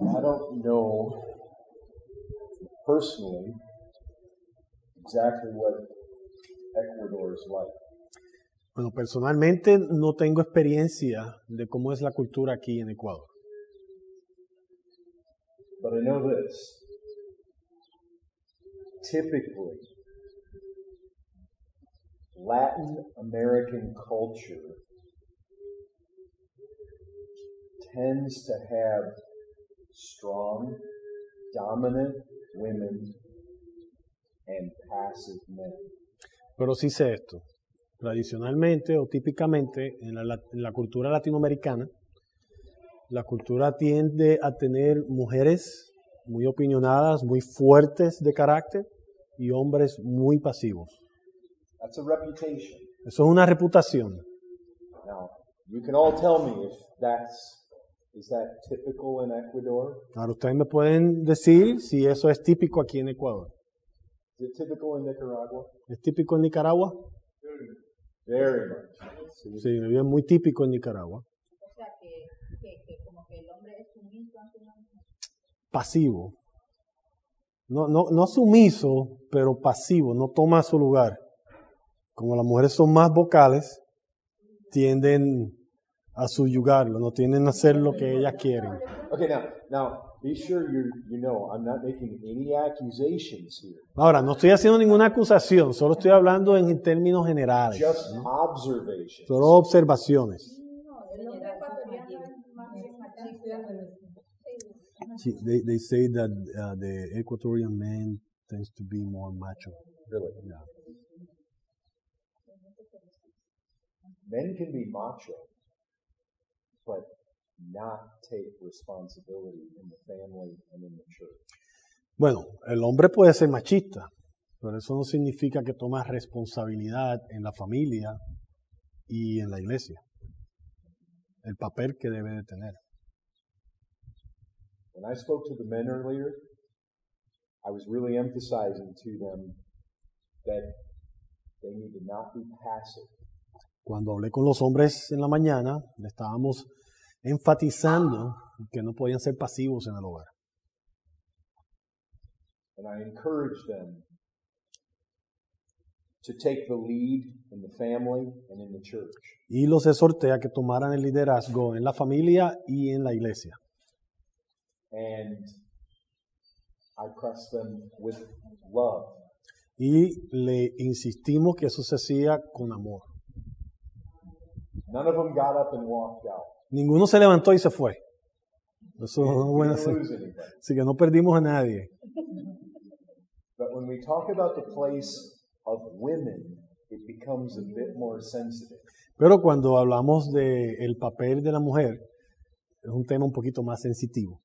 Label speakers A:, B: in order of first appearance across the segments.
A: I don't know personally exactly what Ecuador is like.
B: Bueno, personalmente no tengo experiencia de cómo es la cultura aquí en Ecuador,
A: But I know this. Typically, Latin American culture tends to have strong, dominant women and passive men.
B: pero sí sé esto. Tradicionalmente o típicamente en la, lat- en la cultura latinoamericana, la cultura tiende a tener mujeres muy opinionadas, muy fuertes de carácter y hombres muy pasivos.
A: That's a reputation.
B: Eso es una reputación.
A: Now, you can all tell me if that's is that typical in Ecuador?
B: Ahora ustedes me pueden decir si eso es típico aquí en Ecuador.
A: Is it typical in Nicaragua?
B: ¿Es típico en Nicaragua?
A: Very much.
B: Sí, es muy típico en Nicaragua.
C: O sea, que, que, que como que el hombre es sumiso ante una mujer.
B: Pasivo. No, no, no sumiso, pero pasivo, no toma su lugar. Como las mujeres son más vocales, tienden a subyugarlo, no tienden a hacer lo que ellas quieren.
A: Okay, now now be sure you you know I'm not making any accusations here.
B: Ahora, no estoy haciendo ninguna acusación, solo estoy hablando en términos generales,
A: Just observations.
B: solo observaciones.
C: El hombre ecuatoriano es más machista.
B: She- They, they say that uh, the Ecuadorian man tends to be more macho.
A: Really.
B: Yeah.
A: Men can be macho, but not take responsibility in the family and in the church.
B: Bueno, el hombre puede ser machista, pero eso no significa que toma responsabilidad en la familia y en la iglesia. El papel que debe de tener.
A: When I spoke to the men earlier, I was really emphasizing to them that they need to not be passive.
B: Cuando hablé con los hombres en la mañana, le estábamos enfatizando que no podían ser pasivos en el hogar.
A: And I encourage them to take the lead in the family and in the church.
B: Y los exhorté a que tomaran el liderazgo en la familia y en la iglesia.
A: And I press them with love.
B: Y le insistimos que eso se hacía con amor.
A: None of them got up and walked out.
B: Ninguno se levantó y se fue. Eso es una
A: We
B: buena
A: didn't
B: señal.
A: lose anybody.
B: Así que no perdimos a nadie.
A: But when we talk about the place of women, it becomes a bit more sensitive.
B: Pero cuando hablamos del papel de la mujer, es un tema un poquito más sensitivo.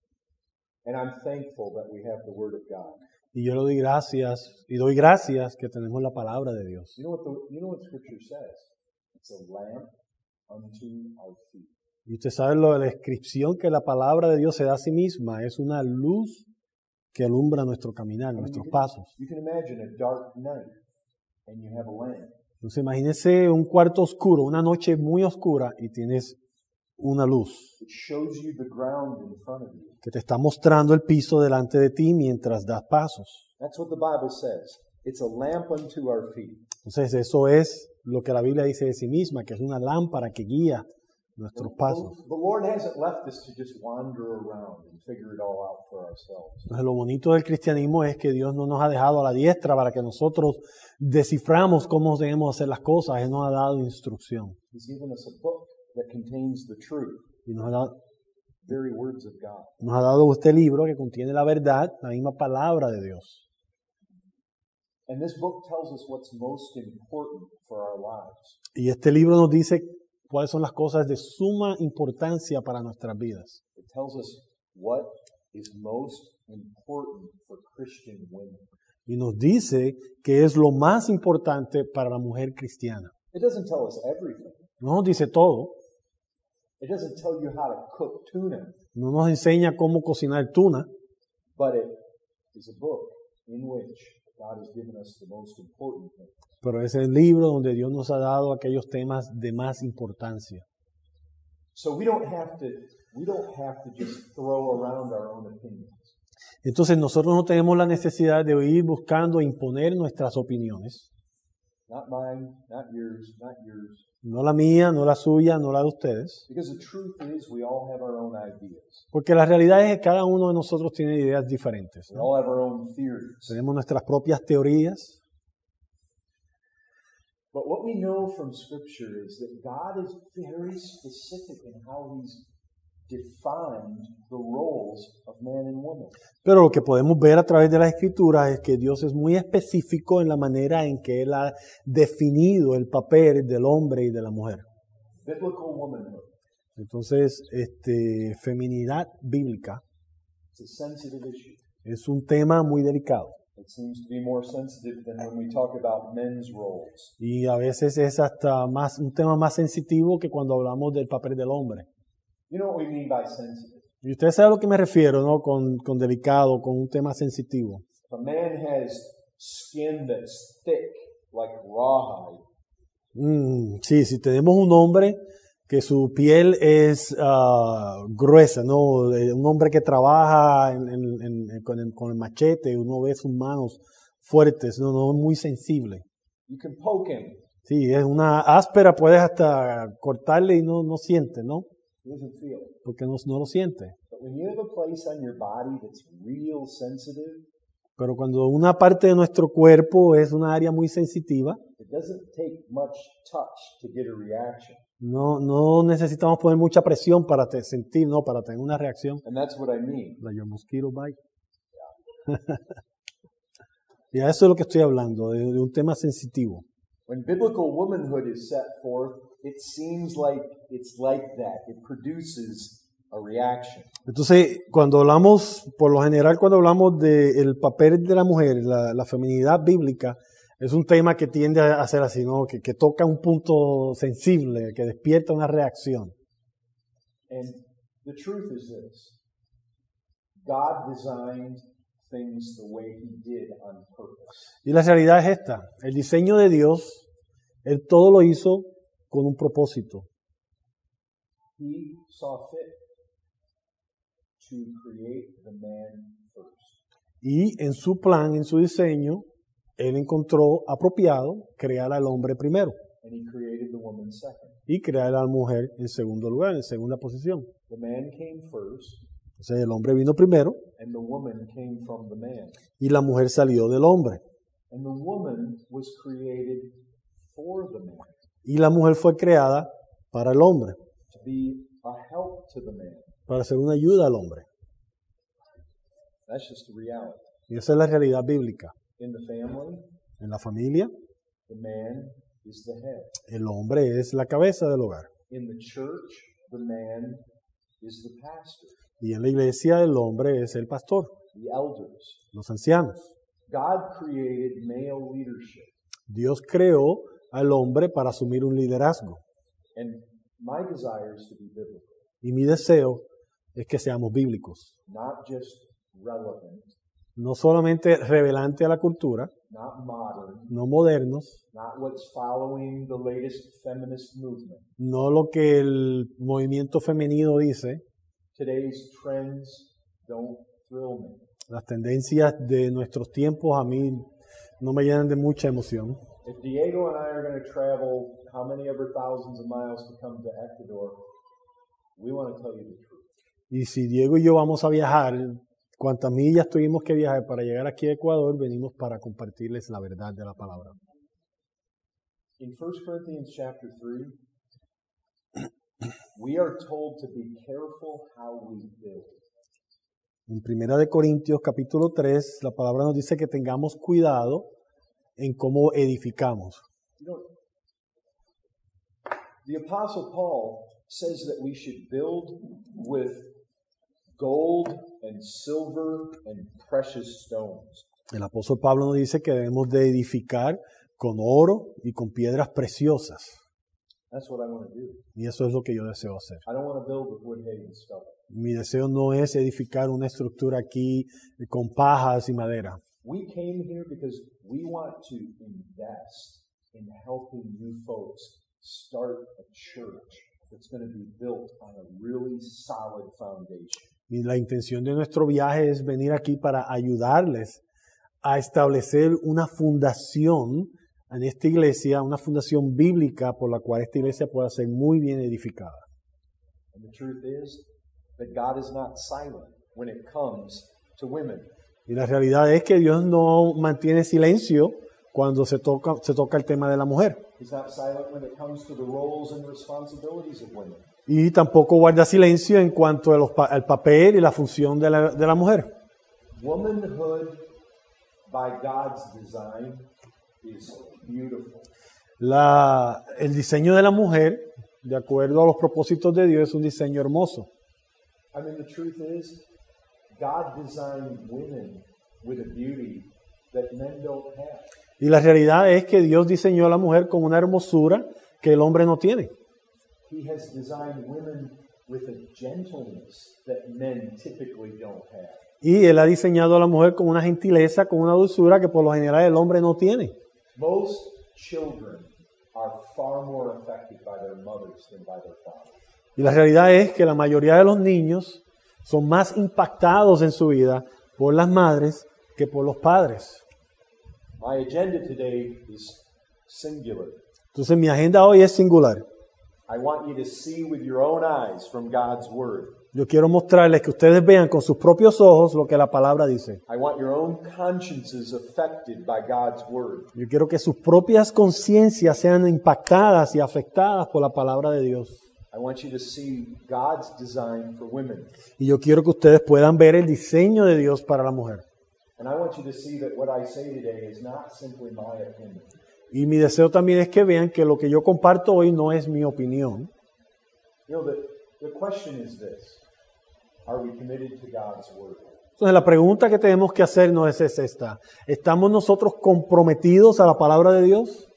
A: And I'm thankful that we have the Word of God.
B: Y yo le doy gracias, y doy gracias que tenemos la palabra de Dios.
A: You know what the you know what Scripture says? It's a lamp unto our feet.
B: Y usted sabe lo de la descripción que la palabra de Dios se da a sí misma, es una luz que alumbra nuestro caminar, nuestros pasos.
A: You can imagine a dark night and you have a lamp.
B: Entonces imagínese un cuarto oscuro, una noche muy oscura, y tienes una luz
A: It shows you the ground in front of you.
B: que te está mostrando el piso delante de ti mientras das pasos.
A: That's what the Bible says. It's a lamp unto our feet.
B: Entonces, eso es lo que la Biblia dice de sí misma, que es una lámpara que guía nuestros pasos.
A: The the Lord hasn't left us to just wander around and figure it all out for ourselves.
B: Entonces, lo bonito del cristianismo es que Dios no nos ha dejado a la diestra para que nosotros desciframos cómo debemos hacer las cosas. Él nos ha dado instrucción
A: He's given us a book that contains the truth,
B: y nos ha dado,
A: very words of God.
B: nos ha dado este libro que contiene la verdad, la misma palabra de Dios.
A: And this book tells us what's most important for our lives.
B: Y este libro nos dice cuáles son las cosas de suma importancia para nuestras vidas.
A: It tells us what is most important for Christian women.
B: Y nos dice que es lo más importante para la mujer cristiana.
A: It doesn't tell us everything.
B: No nos dice todo,
A: It doesn't tell you how to cook tuna,
B: no nos enseña cómo cocinar tuna,
A: but it is a book in which God has given us the most important thing.
B: pero es el libro donde Dios nos ha dado aquellos temas de más importancia.
A: So we don't have to We don't have to just throw around our own opinions.
B: Entonces nosotros no tenemos la necesidad de ir buscando imponer nuestras opiniones,
A: Not mine, not yours, not yours.
B: no la mía, no la suya, no la de ustedes,
A: Because the truth is, we all have our own ideas.
B: porque la realidad es que cada uno de nosotros tiene ideas diferentes.
A: We
B: ¿no?
A: all have our own theories.
B: Tenemos nuestras propias teorías,
A: But what we know from Scripture is that God is very specific in how He's defined the roles of man and woman.
B: pero lo que podemos ver a través de las escrituras es que Dios es muy específico en la manera en que Él ha definido el papel del hombre y de la mujer.
A: Biblical womanhood.
B: Entonces, este, feminidad bíblica
A: It's a sensitive issue.
B: es un tema muy delicado.
A: It seems to be more sensitive than when we talk about men's roles.
B: Y a veces es hasta más un tema más sensitivo que cuando hablamos del papel del hombre.
A: You know what we mean by sensitive?
B: Y ustedes saben a lo que me refiero, ¿no? Con, con delicado, con un tema sensitivo.
A: If a man has skin that's thick like rawhide,
B: Mm, sí, si tenemos un hombre que su piel es ah, gruesa, ¿no? Eh, Un hombre que trabaja en- en- en- en- con, el, con el machete, uno ve sus manos fuertes, ¿no? No muy sensible.
A: you can poke him.
B: Sí, es una áspera, puedes hasta cortarle y no, no siente, ¿no?
A: He doesn't feel it.
B: Porque no, no lo siente.
A: But when you have a place on your body that's real sensitive,
B: Pero cuando una parte de nuestro cuerpo es una área muy sensitiva,
A: it doesn't take much touch to get a reaction.
B: no, no necesitamos poner mucha presión para te- sentir, ¿no? Para tener una reacción.
A: And that's what I mean.
B: Like your mosquito bite. y a eso es lo que estoy hablando, de, de un tema sensitivo.
A: When biblical womanhood is set forth, it seems like it's like that. It produces a reaction.
B: Entonces, cuando hablamos, por lo general, cuando hablamos del papel de la mujer, la, la feminidad bíblica, es un tema que tiende a ser así, ¿no? Que, que toca un punto sensible, que despierta una reacción.
A: And the truth is this God designed things the way He did on purpose.
B: Y la realidad es esta, el diseño de Dios, Él todo lo hizo con un propósito.
A: He saw fit to create the man first.
B: Y en su plan, en su diseño, Él encontró apropiado crear al hombre primero
A: and he created the woman second.
B: y crear a la mujer en segundo lugar, en segunda posición.
A: The man came first,
B: Entonces el hombre vino primero
A: and the woman came from the man.
B: y la mujer salió del hombre.
A: And the woman was created for the man,
B: Y la mujer fue creada para el hombre,
A: to be a help to the man.
B: para ser una ayuda al hombre.
A: That's just the reality.
B: Y esa es la realidad bíblica.
A: In the family,
B: En la familia,
A: the man is the head.
B: el hombre es la cabeza del hogar.
A: In the church, the man is the pastor,
B: Y en la iglesia, el hombre es el pastor,
A: the elders.
B: los ancianos.
A: God created male leadership.
B: Dios creó al hombre para asumir un liderazgo.
A: And my desire is to be biblical,
B: Y mi deseo es que seamos bíblicos,
A: not just relevant,
B: no solamente revelante a la cultura,
A: not modern,
B: no modernos,
A: not what's following the latest feminist movement,
B: no lo que el movimiento femenino dice,
A: today's trends don't thrill me.
B: las tendencias de nuestros tiempos a mí no me llenan de mucha emoción.
A: If Diego and I are going to travel how many ever thousands of miles to come to Ecuador, we want to tell you the truth.
B: Y si Diego y yo vamos a viajar, cuantas millas tuvimos que viajar para llegar aquí a Ecuador, venimos para compartirles la verdad de la palabra.
A: In 1 Corinthians chapter 3, we are told to be careful how we build.
B: En Primera de Corintios capítulo 3, la palabra nos dice que tengamos cuidado en cómo edificamos.
A: You know, the Apostle Paul says that we should build with gold and silver and precious stones.
B: El apóstol Pablo nos dice que debemos de edificar con oro y con piedras preciosas.
A: That's what I want to do.
B: Y eso es lo que yo deseo hacer.
A: I don't want to build with wood, hay, and stubble.
B: Mi deseo no es edificar una estructura aquí con pajas y madera.
A: We came here because we want to invest in helping you folks start a church that's going to be built on a really solid foundation.
B: Y la intención de nuestro viaje es venir aquí para ayudarles a establecer una fundación en esta iglesia, una fundación bíblica por la cual esta iglesia pueda ser muy bien edificada.
A: And the truth is that God is not silent when it comes to women.
B: Y la realidad es que Dios no mantiene silencio cuando se toca, se toca el tema de la mujer.
A: He's not silent when it comes to the roles and responsibilities of women.
B: Y tampoco guarda silencio en cuanto a los pa- al papel y la función de la, de la mujer.
A: Womanhood, by God's design, is beautiful.
B: La- el diseño de la mujer, de acuerdo a los propósitos de Dios, es un diseño hermoso.
A: I mean, the truth is, God designed women with a beauty that men don't have.
B: Y la realidad es que Dios diseñó a la mujer con una hermosura que el hombre no tiene.
A: He has designed women with a gentleness that men typically don't have.
B: Y Él ha diseñado a la mujer con una gentileza, con una dulzura que por lo general el hombre no tiene.
A: Most children are far more affected by their mothers than by their fathers.
B: Y la realidad es que la mayoría de los niños son más impactados en su vida por las madres que por los padres.
A: My agenda today is singular.
B: Entonces mi agenda hoy es singular.
A: I want you to see with your own eyes from God's Word.
B: Yo quiero mostrarles que ustedes vean con sus propios ojos lo que la palabra dice.
A: I want your own consciences affected by God's Word.
B: Yo quiero que sus propias conciencias sean impactadas y afectadas por la palabra de Dios.
A: I want you to see God's design for women.
B: Y yo quiero que ustedes puedan ver el diseño de Dios para la mujer.
A: And I want you to see that what I say today is not simply my opinion.
B: Y mi deseo también es que vean que lo que yo comparto hoy no es mi opinión.
A: You know, the, the question is this Are we committed to God's Word?
B: Entonces la pregunta que tenemos que hacernos es, es esta. ¿Estamos nosotros comprometidos a la palabra de Dios?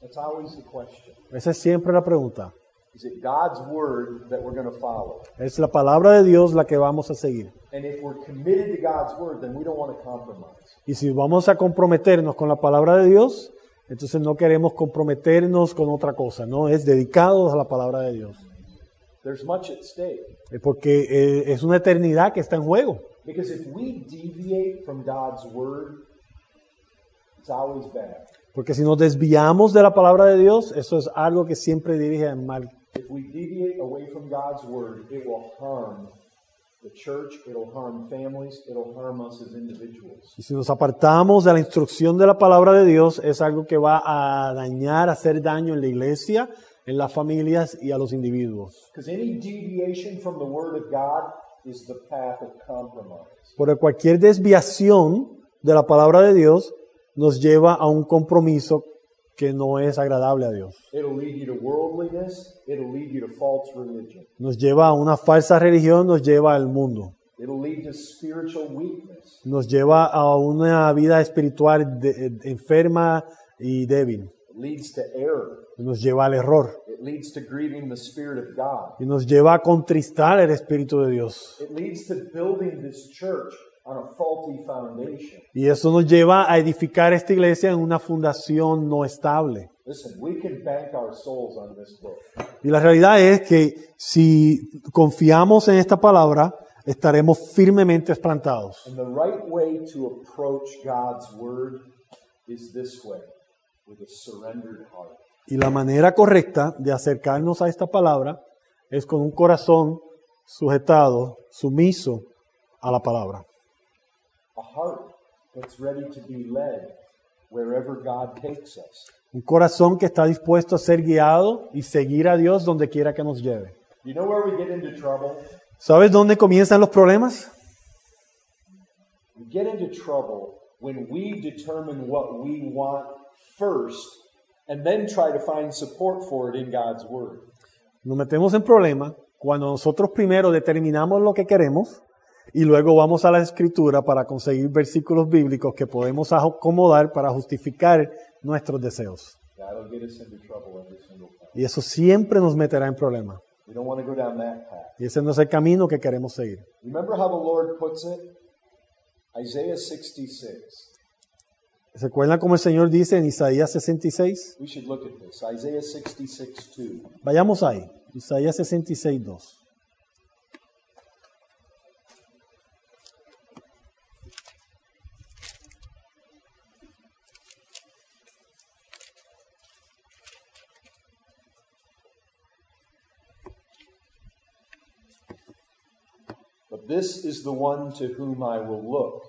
A: That's always the question.
B: Esa es siempre la pregunta.
A: Is it God's Word that we're going to follow?
B: Es la palabra de Dios la que vamos a seguir.
A: And if we're committed to God's Word, then we don't want to compromise.
B: Y si vamos a comprometernos con la palabra de Dios, entonces no queremos comprometernos con otra cosa, no es dedicados a la palabra de Dios.
A: There's much at stake.
B: Eh, Porque eh, es una eternidad que está en juego.
A: Because if we deviate from God's Word, it's always bad.
B: Porque si nos desviamos de la palabra de Dios, eso es algo que siempre dirige al mal.
A: If we deviate away from God's Word, it will harm the church, it'll harm families, it'll harm us as individuals.
B: Y si nos apartamos de la instrucción de la palabra de Dios, es algo que va a dañar, a hacer daño en la iglesia, en las familias y a los individuos.
A: Because any deviation from the Word of God is the path of compromise.
B: Porque cualquier desviación de la palabra de Dios nos lleva a un compromiso que no es agradable a Dios.
A: It'll lead you to worldliness, it'll lead you to false religion,
B: Nos lleva a una falsa religión, nos lleva al mundo,
A: it'll lead to spiritual weakness.
B: nos lleva a una vida espiritual de- eh, enferma y débil,
A: It leads to error.
B: nos lleva al error
A: It leads to grieving the Spirit of God.
B: y nos lleva a contristar el Espíritu de Dios.
A: It leads to building this church on a faulty foundation.
B: Y eso nos lleva a edificar esta iglesia en una fundación no estable.
A: Listen, we can bank our souls on this book.
B: Y la realidad es que si confiamos en esta palabra, estaremos firmemente plantados.
A: And the right way to approach God's Word is this way with a surrendered heart.
B: Y la manera correcta de acercarnos a esta palabra es con un corazón sujetado, sumiso a la palabra.
A: A heart that's ready to be led wherever God takes us.
B: Un corazón que está dispuesto a ser guiado y seguir a Dios donde quiera que nos lleve.
A: You know where we get into trouble?
B: ¿Sabes dónde comienzan los problemas?
A: We get into trouble when we determine what we want first and then try to find support for it in God's Word.
B: Nos metemos en problemas cuando nosotros primero determinamos lo que queremos y luego vamos a la escritura para conseguir versículos bíblicos que podemos acomodar para justificar nuestros deseos.
A: That'll get us into trouble every single time.
B: Y eso siempre nos meterá en problemas.
A: We don't want to go down that path.
B: Y ese no es el camino que queremos seguir.
A: Remember how the Lord puts it? Isaiah 66.
B: ¿Se acuerdan cómo el Señor dice en Isaías 66?
A: We should look at this. Isaiah 66 2.
B: Vayamos ahí. Isaías 66, 2.
A: But this is the one to whom I will look.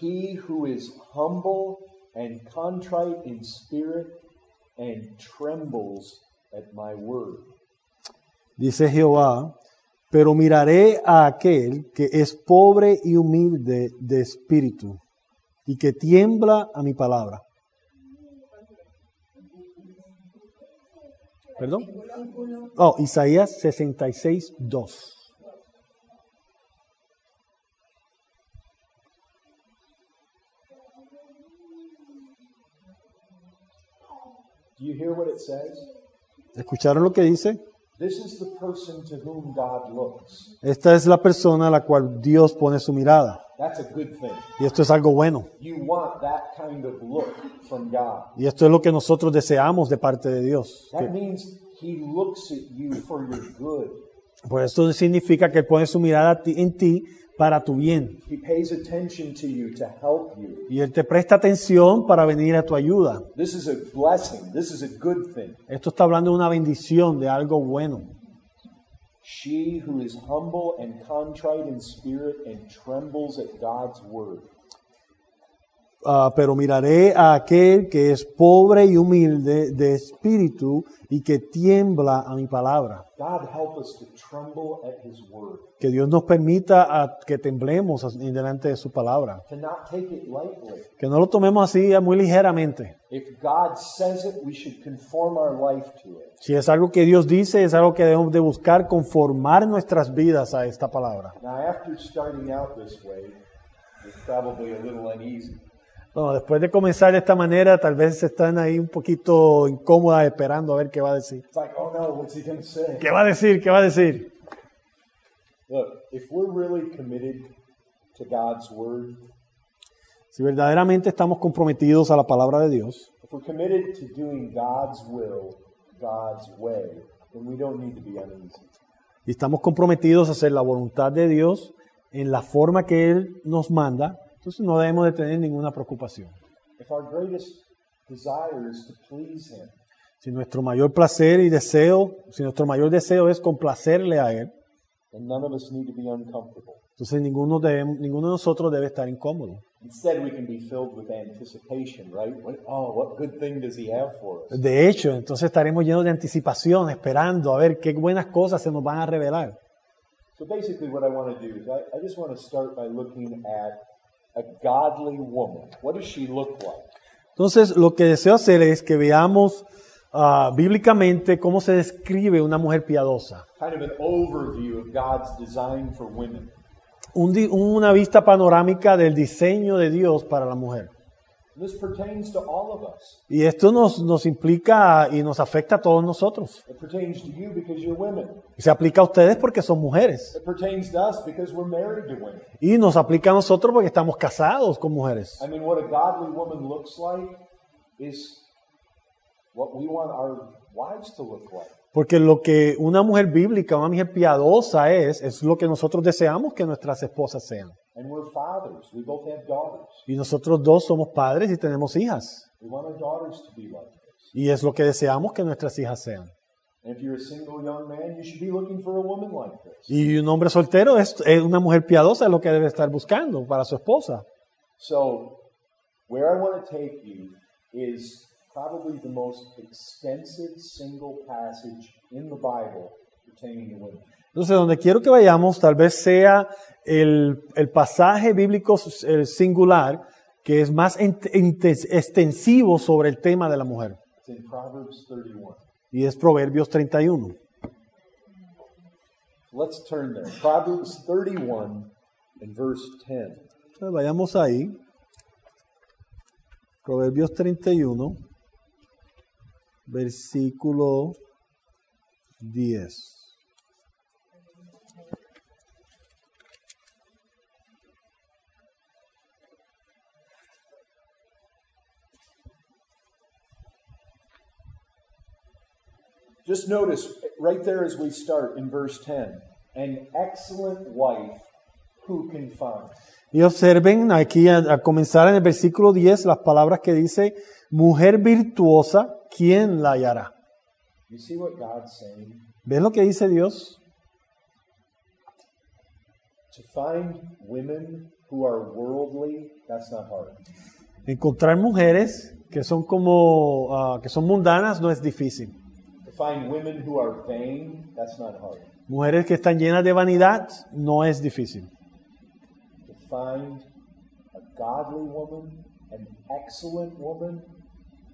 A: He who is humble and contrite in spirit and trembles at my word.
B: Dice Jehová, pero miraré a aquel que es pobre y humilde de espíritu y que tiembla a mi palabra. ¿Perdón? Oh, Isaías 66, 2.
A: Do you hear what it says?
B: ¿Escucharon lo que dice?
A: This is the person to whom God looks.
B: Esta es la persona a la cual Dios pone su mirada.
A: That's a good thing.
B: Y esto es algo bueno.
A: You want that kind of look from God.
B: Y esto es lo que nosotros deseamos de parte de Dios.
A: That means He looks at you for your good.
B: Por esto significa que Él pone su mirada a ti- en ti para tu bien.
A: He pays attention to you to help you.
B: Y Él te presta atención para venir a tu ayuda.
A: This is a blessing. This is a good thing.
B: Esto está hablando de una bendición, de algo bueno.
A: She who is humble and contrite in spirit and trembles at God's word.
B: Ah, pero miraré a aquel que es pobre y humilde de espíritu y que tiembla a mi palabra.
A: God help us to tremble at His word,
B: Que Dios nos permita a- que temblemos as- en delante de su palabra.
A: to not take it lightly.
B: Que no lo tomemos así eh, muy ligeramente.
A: If God says it, we should conform our life to it,
B: Si es algo que Dios dice, es algo que debemos de buscar conformar nuestras vidas a esta palabra.
A: Now, after starting out this way, it's probably a little uneasy.
B: Bueno, después de comenzar de esta manera, tal vez están ahí un poquito incómodas esperando a ver qué va a decir.
A: It's like, oh no, what's he going to say?
B: ¿Qué va a decir? ¿Qué va a decir?
A: Look, if we're really committed to God's word,
B: Si verdaderamente estamos comprometidos a la palabra de Dios,
A: if we're committed to doing God's will, God's way, then we don't need to be uneasy.
B: y estamos comprometidos a hacer la voluntad de Dios en la forma que Él nos manda, entonces no debemos de tener ninguna preocupación.
A: If our greatest desire is to please Him,
B: Si nuestro mayor placer y deseo, si nuestro mayor deseo es complacerle a Él,
A: then none of us need to be uncomfortable.
B: entonces ninguno, debe- ninguno de nosotros debe estar incómodo.
A: Instead, we can be filled with anticipation, right? What, oh, what good thing does He have for us?
B: De hecho, entonces estaremos llenos de anticipación, esperando a ver qué buenas cosas se nos van a revelar.
A: So basically, what I want to do is I, I just want to start by looking at a godly woman. What does she look like?
B: Entonces, lo que deseo hacer es que veamos ah, bíblicamente cómo se describe una mujer piadosa.
A: Kind of an overview of God's design for women.
B: Un di- una vista panorámica del diseño de Dios para la mujer.
A: This pertains to all of us.
B: Y esto nos, nos implica y nos afecta a todos nosotros.
A: It pertains to you because you're women.
B: Se aplica a ustedes porque son mujeres.
A: It pertains to us because we're married to women.
B: Y nos aplica a nosotros porque estamos casados con mujeres.
A: I mean, what a godly woman looks like is what we want our wives to look like.
B: Porque lo que una mujer bíblica, una mujer piadosa es, es lo que nosotros deseamos que nuestras esposas sean.
A: And we're fathers. We both have daughters.
B: Y nosotros dos somos padres y tenemos hijas.
A: We want our daughters to be like this.
B: Y es lo que deseamos que nuestras hijas sean.
A: And if you're a single young man, you should be looking for a woman like this.
B: Y un hombre soltero es, es una mujer piadosa, es lo que debe estar buscando para su esposa.
A: So, where I want to take you is probably the most extensive single passage in the Bible pertaining to women.
B: Entonces, donde quiero que vayamos, tal vez sea el, el pasaje bíblico eh, singular que es más ent- entes- extensivo sobre el tema de la mujer.
A: It's in Proverbs 31.
B: Y es Proverbios 31.
A: Let's turn there. Proverbs 31 and verse 10.
B: Entonces, vayamos ahí. Proverbios 31, versículo 10.
A: Just notice right there as we start in verse 10 an excellent wife who can find.
B: Y observen aquí a, a comenzar en el versículo 10 las palabras que dice, mujer virtuosa, ¿quién la hallará?
A: You see what God's saying?
B: ¿Ves lo que dice Dios?
A: To find women who are worldly, that's not hard.
B: Encontrar mujeres que son como, ah, que son mundanas no es difícil.
A: To find women who are vain, that's not hard.
B: Mujeres que están llenas de vanidad no es difícil.
A: To find a godly woman, an excellent woman,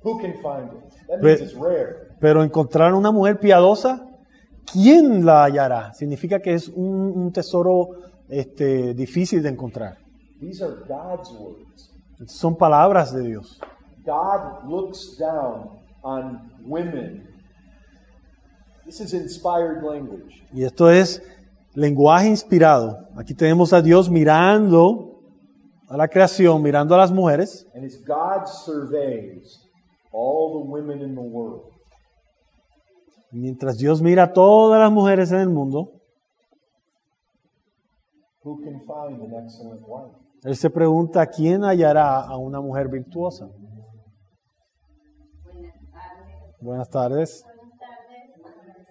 A: who can find it? That means
B: But-
A: it's rare.
B: Pero encontrar una mujer piadosa, ¿quién la hallará? Significa que es un, un tesoro este, difícil de encontrar.
A: These are God's words.
B: Son palabras de Dios.
A: God looks down on women. This is inspired language.
B: Y esto es lenguaje inspirado. Aquí tenemos a Dios mirando a la creación, mirando a las mujeres.
A: And as God surveys all the women in the world,
B: Mientras Dios mira a todas las mujeres en el mundo,
A: who can find an excellent wife?
B: Él se pregunta, ¿quién hallará a una mujer virtuosa? Buenas
C: Buenas tardes.
B: tardes.
C: Buenas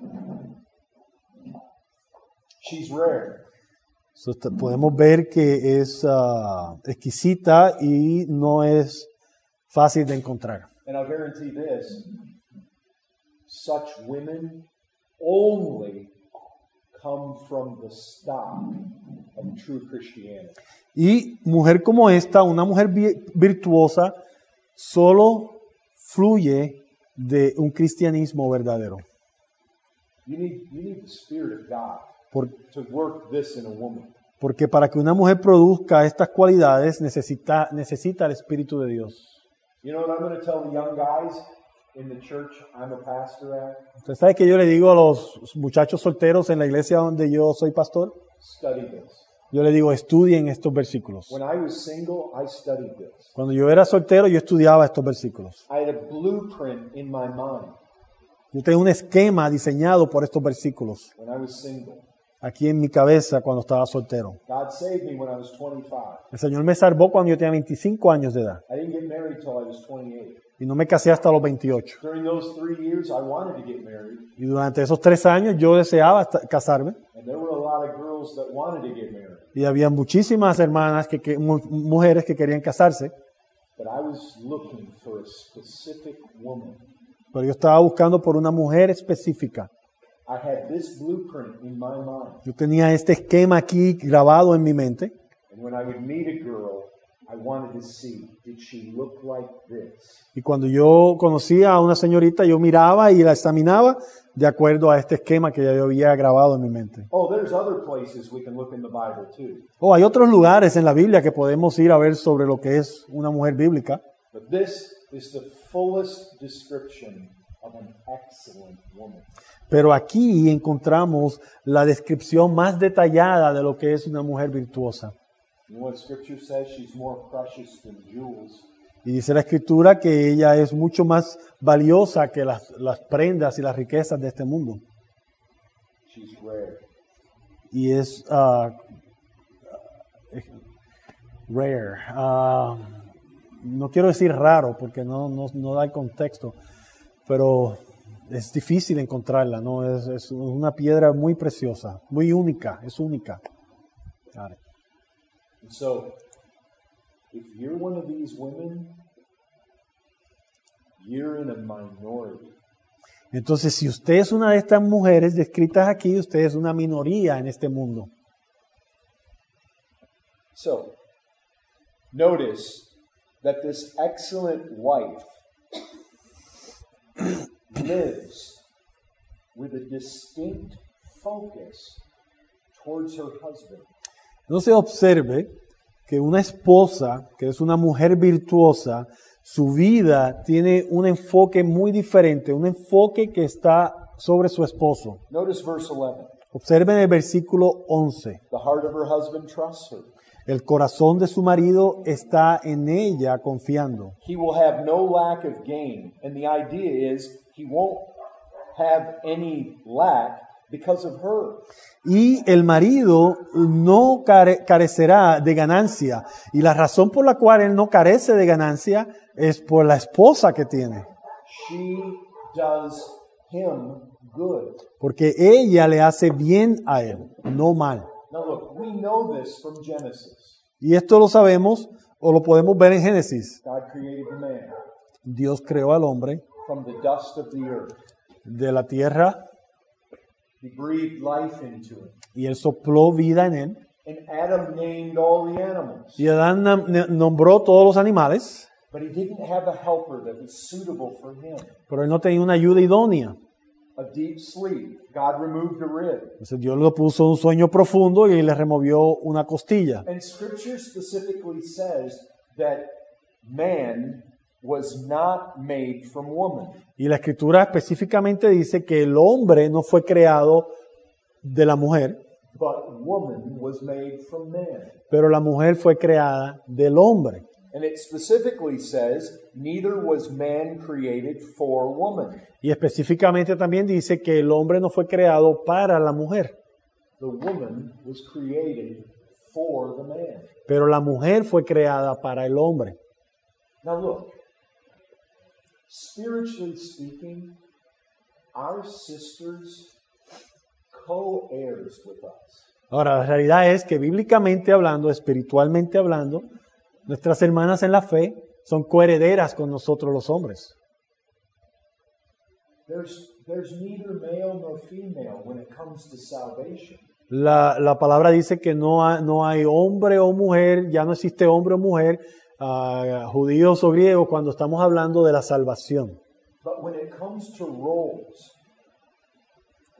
C: tardes.
A: She's rare.
B: So, esta- podemos ver que es ah, exquisita y no es fácil de encontrar.
A: And I'll guarantee this such women only come from the stock of true Christianity.
B: Y mujer como esta, una mujer vi- virtuosa, solo fluye de un cristianismo verdadero.
A: You need, you need the Spirit of God
B: Por-
A: to work this in a woman.
B: porque para que una mujer produzca estas cualidades necesita, necesita el Espíritu de Dios.
A: You know what I'm going to tell the young guys in the church I'm a pastor at?
B: Entonces, ¿sabes qué yo le digo a los muchachos solteros en la iglesia donde yo soy pastor?
A: Study this.
B: Yo le digo, estudien estos versículos.
A: When I was single, I studied this.
B: Cuando yo era soltero, yo estudiaba estos versículos.
A: I had a blueprint in my mind
B: Yo tengo un esquema diseñado por estos versículos
A: when I was single.
B: aquí en mi cabeza cuando estaba soltero.
A: God saved me when I was 25.
B: El Señor me salvó cuando yo tenía 25 años de edad
A: I didn't get married till I was 28.
B: y no me casé hasta los 28.
A: During those three years, I wanted to get married,
B: Y durante esos tres años yo deseaba hasta- casarme
A: and there were a lot of girls that wanted to get married,
B: y había muchísimas hermanas, que, que- mu- mujeres que querían casarse,
A: but I was looking for a specific woman.
B: pero yo estaba buscando por una mujer específica.
A: I had this blueprint in my mind,
B: Yo tenía este esquema aquí grabado en mi mente
A: and when I would meet a girl, I wanted to see did she look like this?
B: y cuando yo conocía a una señorita yo miraba y la examinaba de acuerdo a este esquema que ya yo había grabado en mi mente.
A: Oh, there's other places we can look in the Bible too,
B: Oh, hay otros lugares en la Biblia que podemos ir a ver sobre lo que es una mujer bíblica.
A: but this is the fullest description of an excellent woman.
B: Pero aquí encontramos la descripción más detallada de lo que es una mujer virtuosa.
A: You know what Scripture says? She's more precious than jewels.
B: Y dice la escritura que ella es mucho más valiosa que las, las prendas y las riquezas de este mundo.
A: She's rare.
B: Y es ah, eh, rare. Ah, no quiero decir raro porque no, no, no da el contexto, pero es difícil encontrarla. ¿no? Es, es una piedra muy preciosa, muy única, es única. Got it.
A: And so, if you're one of these women, you're in a minority.
B: Entonces, si usted es una de estas mujeres descritas aquí, usted es una minoría en este mundo.
A: So, notice that this excellent wife lives with a distinct focus towards her husband.
B: Entonces, observe que una esposa, que es una mujer virtuosa, su vida tiene un enfoque muy diferente, un enfoque que está sobre su esposo.
A: Notice verse 11.
B: Observen el versículo 11.
A: The heart of her husband trusts her.
B: El corazón de su marido está en ella confiando.
A: He will have no lack of gain. And the idea is he won't have any lack because of her.
B: Y el marido no care- carecerá de ganancia. Y la razón por la cual él no carece de ganancia es por la esposa que tiene.
A: She does him good.
B: Porque ella le hace bien a él, no mal.
A: Now look, we know this from Genesis.
B: Y esto lo sabemos o lo podemos ver en Génesis.
A: God created the man
B: Dios creó al hombre
A: from the dust of the earth.
B: de la tierra
A: He breathed life into him.
B: y él sopló vida en él.
A: And Adam named all the animals.
B: Y Adán nam- ne- nombró todos los animales,
A: But he didn't have a helper that was suitable for him.
B: pero él no tenía una ayuda idónea.
A: A deep sleep. God removed a rib.
B: Entonces Dios le puso un sueño profundo y le removió una costilla.
A: And scripture specifically says that man was not made from woman.
B: Y la escritura específicamente dice que el hombre no fue creado de la mujer,
A: But woman was made from man.
B: pero la mujer fue creada del hombre.
A: And it specifically says, neither was man created for woman.
B: Y específicamente también dice que el hombre no fue creado para la mujer,
A: The woman was created for the man.
B: pero la mujer fue creada para el hombre.
A: Now look, spiritually speaking, our sisters co heirs with us.
B: Ahora, la realidad es que bíblicamente hablando, espiritualmente hablando, nuestras hermanas en la fe son coherederas con nosotros los hombres.
A: There's, there's neither male nor female when it comes to salvation.
B: La, la palabra dice que no, ha- no hay hombre o mujer, ya no existe hombre o mujer, ah, judíos o griegos, cuando estamos hablando de la salvación.
A: But when it comes to roles,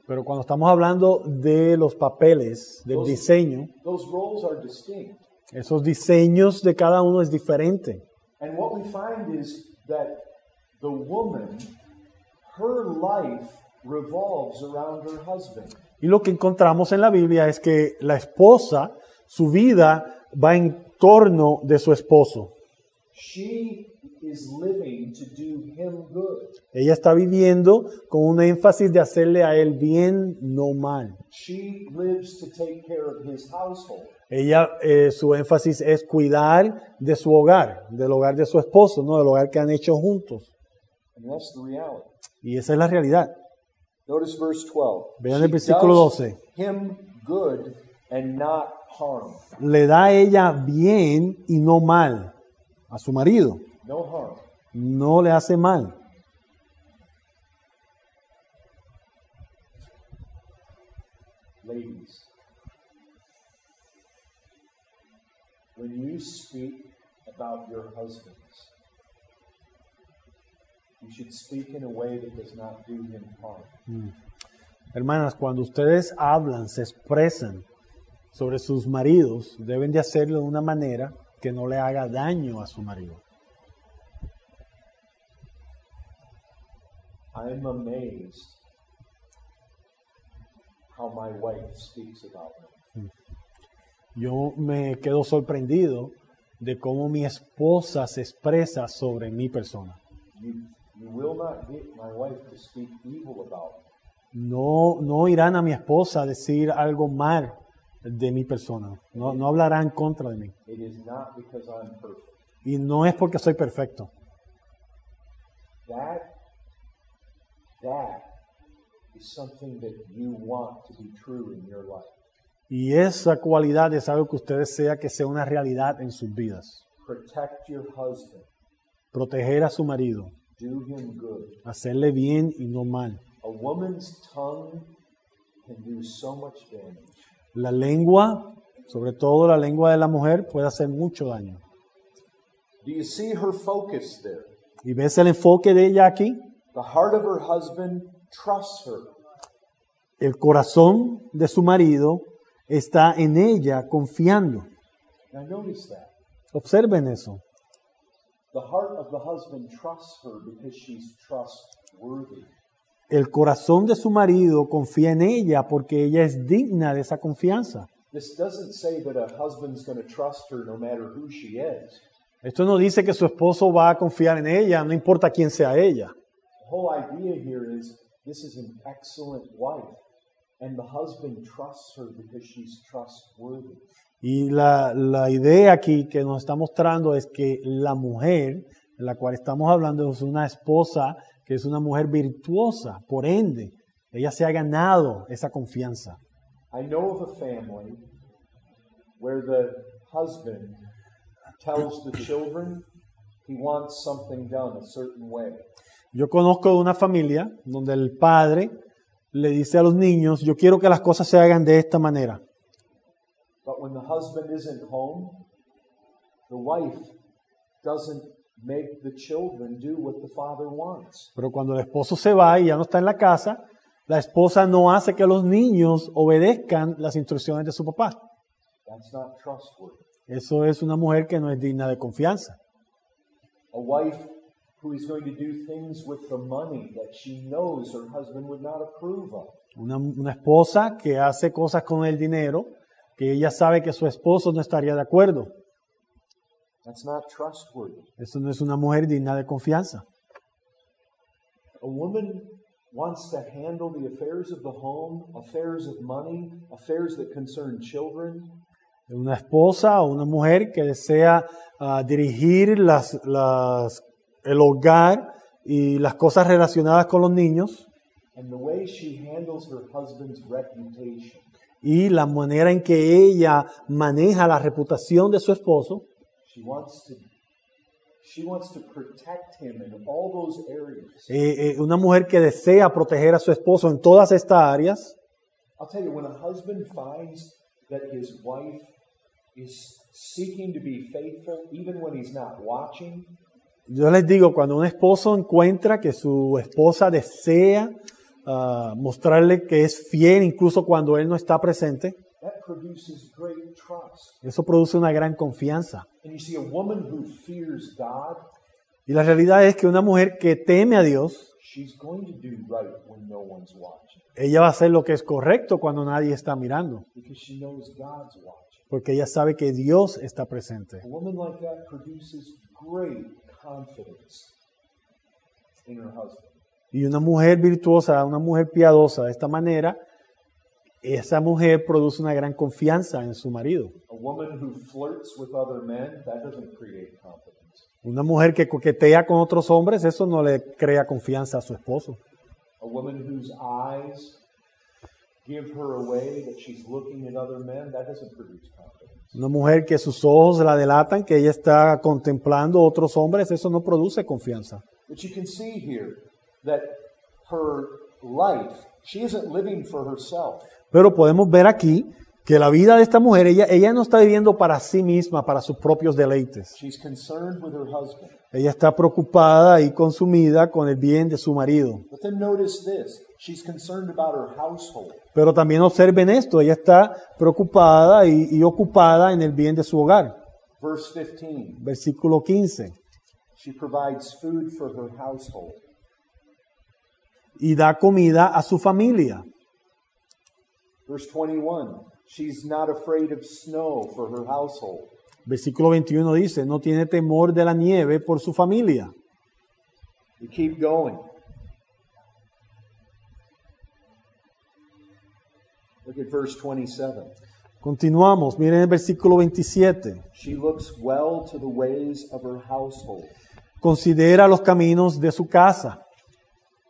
B: Pero cuando estamos hablando de los papeles, del
A: Los-
B: diseño,
A: those roles are distinct.
B: esos diseños de cada uno es diferente.
A: And what we find is that the woman, her life revolves around her husband.
B: Y lo que encontramos en la Biblia es que la esposa, su vida va en torno de su esposo.
A: She is living to do him good.
B: Ella está viviendo con un énfasis de hacerle a él bien, no mal.
A: She lives to take care of his household.
B: Ella, eh, su énfasis es cuidar de su hogar, del hogar de su esposo, ¿no? Del hogar que han hecho juntos.
A: And that's the reality.
B: Y esa es la realidad.
A: Notice verse 12.
B: Vean
A: She
B: el versículo
A: does
B: 12.
A: Him good and not harm.
B: Le da a ella bien y no mal a su marido.
A: No harm.
B: No le hace mal.
A: Ladies, when you speak about your husbands, you should speak in a way that does not do him harm.
B: Hermanas, cuando ustedes hablan, se expresan sobre sus maridos, deben de hacerlo de una manera que no le haga daño a su marido.
A: I'm amazed how my wife speaks about me.
B: Yo me quedo sorprendido de cómo mi esposa se expresa sobre mi persona.
A: You, you will not get my wife to speak evil about me.
B: No, no irán a mi esposa a decir algo mal de mi persona. No, no hablarán contra de mí.
A: It is not because I'm perfect.
B: Y no es porque soy perfecto.
A: That, that is something that you want to be true in your life.
B: Y esa cualidad es algo que ustedes sea que sea una realidad en sus vidas.
A: Protect your husband.
B: Proteger a su marido,
A: Do him good.
B: hacerle bien y no mal.
A: A woman's tongue can do so much damage.
B: La lengua, sobre todo la lengua de la mujer, puede hacer mucho daño.
A: Do you see her focus there?
B: Y ves el enfoque de ella aquí,
A: The heart of her husband trusts her.
B: el corazón de su marido está en ella confiando.
A: Now notice that.
B: Observen eso.
A: The heart of the husband trusts her because she's trustworthy.
B: El corazón de su marido confía en ella porque ella es digna de esa confianza.
A: This doesn't say that a husband's going to trust her no matter who she is.
B: Esto no dice que su esposo va a confiar en ella, no importa quién sea ella.
A: The whole idea here is This is an excellent wife. And the husband trusts her because she's trustworthy.
B: Y la, la idea aquí que nos está mostrando es que la mujer de la cual estamos hablando es una esposa que es una mujer virtuosa, por ende, ella se ha ganado esa confianza.
A: I know of a family where the husband tells the children he wants something done a certain way.
B: Yo conozco de una familia donde el padre le dice a los niños, yo quiero que las cosas se hagan de esta manera,
A: But when the husband isn't home, the wife doesn't make the children do what the father wants.
B: pero cuando el esposo se va y ya no está en la casa, la esposa no hace que los niños obedezcan las instrucciones de su papá.
A: That's not trustworthy.
B: Eso es una mujer que no es digna de confianza.
A: A wife who is going to do things with the money that she knows her husband would not approve of.
B: Una, una esposa que hace cosas con el dinero que ella sabe que su esposo no estaría de acuerdo.
A: That's not trustworthy.
B: Eso no es una mujer digna de confianza.
A: A woman wants to handle the affairs of the home, affairs of money, affairs that concern children,
B: Una esposa o una mujer que desea ah, dirigir las- las- el hogar y las cosas relacionadas con los niños
A: and the way she handles her husband's reputation.
B: y la manera en que ella maneja la reputación de su esposo,
A: She wants to she wants to protect him in all those areas.
B: eh, eh, una mujer que desea proteger a su esposo en todas estas áreas,
A: I'll tell you, when a husband finds that his wife is seeking to be faithful, even when he's not watching,
B: Yo les digo, cuando un esposo encuentra que su esposa desea ah, mostrarle que es fiel incluso cuando él no está presente,
A: that produces great trust.
B: eso produce una gran confianza.
A: And you see, a woman who fears God,
B: Y la realidad es que una mujer que teme a Dios,
A: she's going to do right when no one's watching
B: ella va a hacer lo que es correcto cuando nadie está mirando,
A: because she knows God's watching.
B: porque ella sabe que Dios está presente.
A: A woman like that produces great confidence in her husband.
B: Y una mujer virtuosa, una mujer piadosa de esta manera, esa mujer produce una gran confianza en su marido.
A: A woman who flirts with other men, that doesn't create confidence.
B: Una mujer que coquetea con otros hombres, eso no le crea confianza a su esposo.
A: A woman whose eyes give her away that she's looking at other men, that doesn't produce confidence.
B: Una mujer que sus ojos la delatan, que ella está contemplando otros hombres, eso no produce confianza.
A: But you can see here that her life, she isn't living for herself.
B: Pero podemos ver aquí que la vida de esta mujer, ella, ella no está viviendo para sí misma, para sus propios deleites.
A: She's concerned with her husband.
B: Ella está preocupada y consumida con el bien de su marido.
A: But then notice this she's concerned about her household.
B: Pero también observen esto, ella está preocupada y, y ocupada en el bien de su hogar.
A: Verse 15
B: Versículo 15.
A: she provides food for her household.
B: Y da comida a su familia.
A: Verse 21 she's not afraid of snow for her household.
B: Versículo 21 dice, no tiene temor de la nieve por su familia.
A: We keep going. Look at verse 27.
B: Continuamos, miren el versículo 27.
A: She looks well to the ways of her household.
B: Considera los caminos de su casa.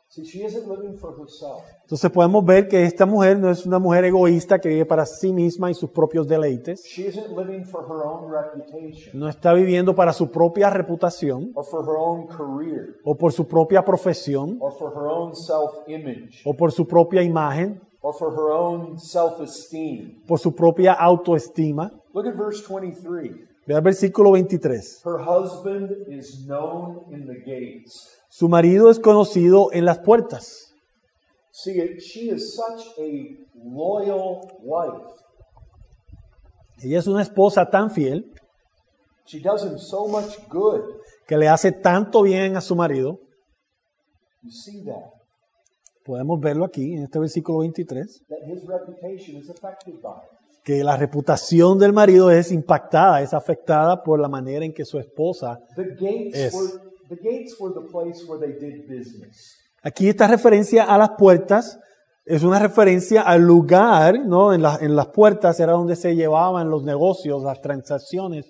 A: See, she isn't living for herself.
B: Entonces podemos ver que esta mujer no es una mujer egoísta que vive para sí misma y sus propios deleites.
A: She isn't living for her own reputation
B: No está viviendo para su propia reputación
A: or for her own career
B: o por su propia profesión
A: or for her own self image
B: o por su propia imagen,
A: or for her own self esteem.
B: por su propia autoestima.
A: Look at verse 23.
B: Vea el versículo 23.
A: Her husband is known in the gates.
B: Su marido es conocido en las puertas.
A: See, it- she is such a loyal wife.
B: Ella es una esposa tan fiel
A: She does him so much good.
B: que le hace tanto bien a su marido,
A: You see that,
B: podemos verlo aquí en este versículo 23,
A: that his reputation is affected by it.
B: que la reputación del marido es impactada, es afectada por la manera en que su esposa,
A: The gates
B: Yes.
A: were the gates were the place where they did business.
B: Aquí esta referencia a las puertas es una referencia al lugar, ¿no? En, la- en las puertas era donde se llevaban los negocios, las transacciones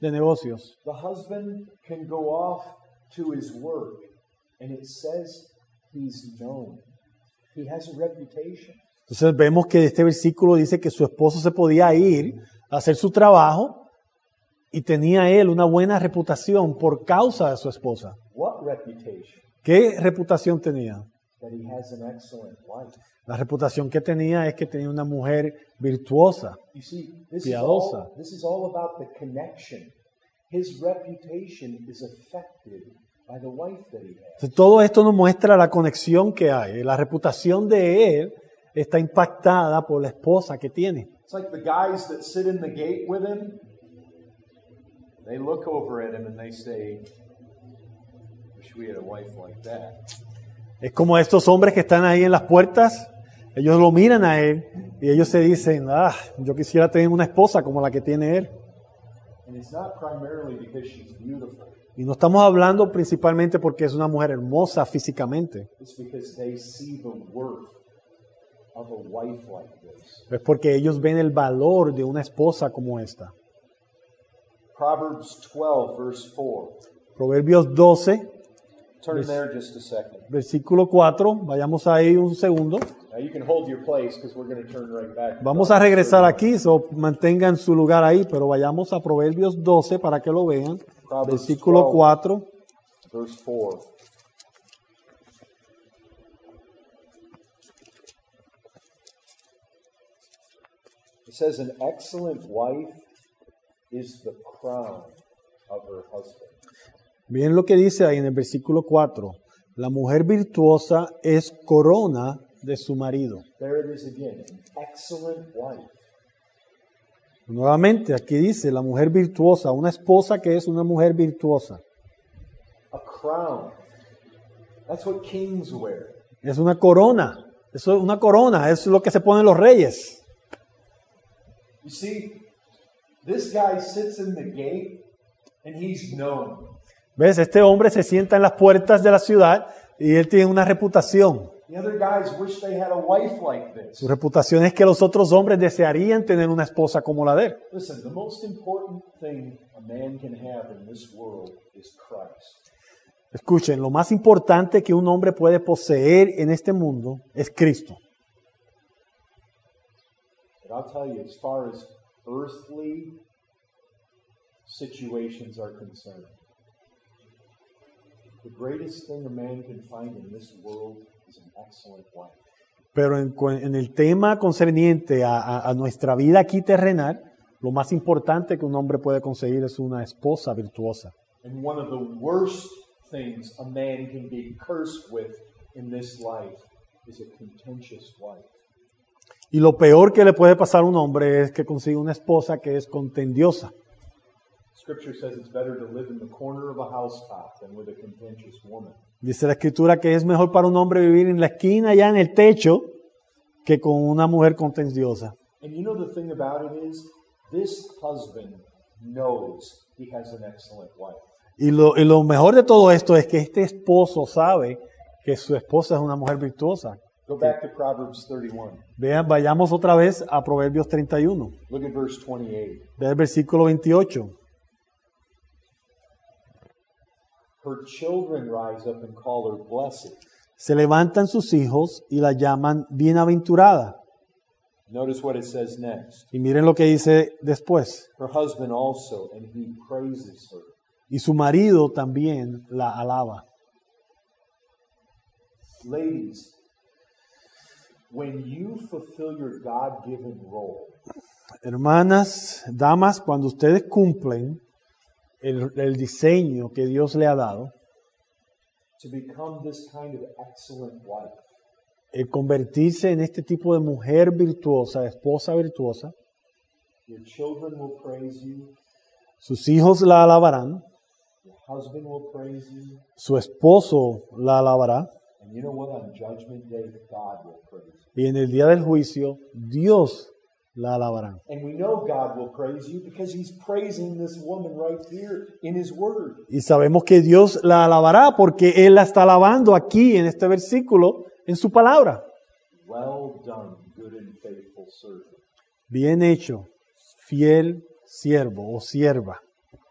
B: de negocios.
A: The husband can go off to his work, and it says he's known. He has a reputation.
B: Entonces vemos que este versículo dice que su esposo se podía ir a hacer su trabajo y tenía él una buena reputación por causa de su esposa.
A: What reputation?
B: ¿Qué reputación tenía?
A: That he has an excellent wife.
B: La reputación que tenía es que tenía una mujer virtuosa.
A: You see, this is,
B: Piadosa.
A: all, this is all about the connection. His reputation is affected by the wife that he has.
B: Entonces, todo esto nos muestra la conexión que hay. La reputación de él está impactada por la esposa que tiene.
A: It's like the guys that sit in the gate with him. They look over at him and they say, Wish we had a wife like that.
B: Es como estos hombres que están ahí en las puertas, ellos lo miran a él y ellos se dicen, ah, yo quisiera tener una esposa como la que tiene él.
A: And it's not primarily because she's beautiful,
B: Y no estamos hablando principalmente porque es una mujer hermosa físicamente,
A: it's because they see the worth of a wife like this.
B: es porque ellos ven el valor de una esposa como esta.
A: Proverbs 12, verse 4.
B: Proverbios 12,
A: Turn there just a second.
B: versículo 4, vayamos ahí un segundo.
A: Now you can hold your place because we're going to turn right back.
B: Vamos a regresar aquí, so mantengan su lugar ahí, pero vayamos a Proverbios 12 para que lo vean,
A: Proverbios
B: versículo
A: 12.
B: 4.
A: Verse 4. It says, An excellent wife is the crown of her husband.
B: Miren lo que dice ahí en el versículo 4. La mujer virtuosa es corona de su marido.
A: There it is again. An excellent wife.
B: Nuevamente, aquí dice la mujer virtuosa, una esposa que es una mujer virtuosa.
A: A crown. That's what kings wear.
B: Es una corona. Eso es una corona, es lo que se ponen los reyes.
A: You see, this guy sits in the gate and he's known.
B: ¿Ves? Este hombre se sienta en las puertas de la ciudad y él tiene una reputación.
A: The other guys wish they had a wife like this.
B: Su reputación es que los otros hombres desearían tener una esposa como la de él.
A: Listen, the most important thing a man can have in this world is Christ.
B: Escuchen, lo más importante que un hombre puede poseer en este mundo es Cristo.
A: But I'll tell you, as far as earthly situations are concerned, the greatest thing a man can find in this world is an excellent wife.
B: Pero en, cu- en el tema concerniente a, a- a nuestra vida aquí terrenal, lo más importante que un hombre puede conseguir es una esposa virtuosa.
A: And one of the worst things a man can be cursed with in this life is a contentious wife.
B: Y lo peor que le puede pasar a un hombre es que consiga una esposa que es contendiosa.
A: Scripture says it's better to live in the corner of a housetop than with a contentious woman.
B: Dice la escritura que es mejor para un hombre vivir en la esquina, allá en el techo, que con una mujer contendiosa.
A: And you know the thing about it is, this husband knows he has an excellent wife.
B: Y lo, y lo mejor de todo esto es que este esposo sabe que su esposa es una mujer virtuosa.
A: Go back to Proverbs 31.
B: Vean, vayamos otra vez a Proverbios 31,
A: Look at verse 28.
B: del versículo 28.
A: Her children rise up and call her blessed.
B: Se levantan sus hijos y la llaman bienaventurada.
A: Notice what it says next.
B: Y miren lo que dice después.
A: Her husband also, and he praises her.
B: Y su marido también la alaba.
A: Ladies, when you fulfill your God given role,
B: Hermanas, damas, cuando ustedes cumplen el, el diseño que Dios le ha dado,
A: to become this kind of excellent wife,
B: el convertirse en este tipo de mujer virtuosa, de esposa virtuosa,
A: your children will praise you,
B: sus hijos la alabarán,
A: your husband will praise you,
B: su esposo la alabará,
A: and you know what? On Judgment Day, God will praise you.
B: y en el día del juicio Dios la alabarán.
A: And we know God will praise you because he's praising this woman right here in his word.
B: Y sabemos que Dios la alabará porque Él la está alabando aquí en este versículo, en su palabra.
A: Well done, good and faithful servant.
B: Bien hecho, fiel siervo o sierva.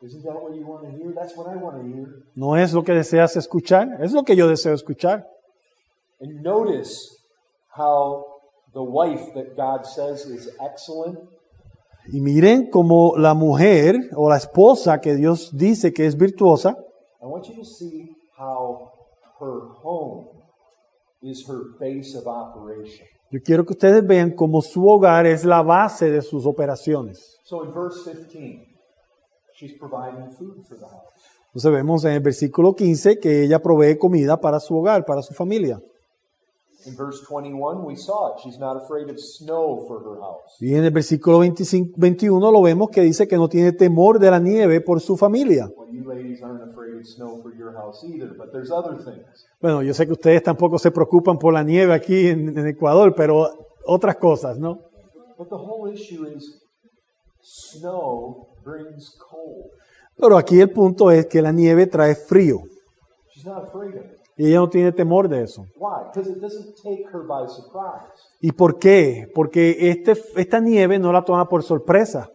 A: Isn't that what you want to hear? That's what I want to hear.
B: No es lo que deseas escuchar, es lo que yo deseo escuchar.
A: And notice how the wife that God says is excellent
B: Y miren como la mujer o la esposa que Dios dice que es virtuosa,
A: I want you to see how her home is her base of operation.
B: yo quiero que ustedes vean cómo su hogar es la base de sus operaciones.
A: So in verse 15, she's providing food for the house.
B: Entonces vemos en el versículo 15 que ella provee comida para su hogar, para su familia.
A: In verse 21, we saw it. She's not afraid of snow for her house.
B: Y en el versículo 25 21 lo vemos que dice que no tiene temor de la nieve por su familia.
A: Well, you ladies aren't afraid of snow for your house either, but there's other things.
B: Bueno, yo sé que ustedes tampoco se preocupan por la nieve aquí en, en Ecuador, pero otras cosas, ¿no?
A: But the whole issue is snow brings cold.
B: Pero aquí el punto es que la nieve trae frío
A: She's not afraid of it.
B: y ella no tiene temor de eso.
A: Why? Because it doesn't take her by surprise.
B: ¿Y por qué? Porque este, esta nieve no la toma por sorpresa,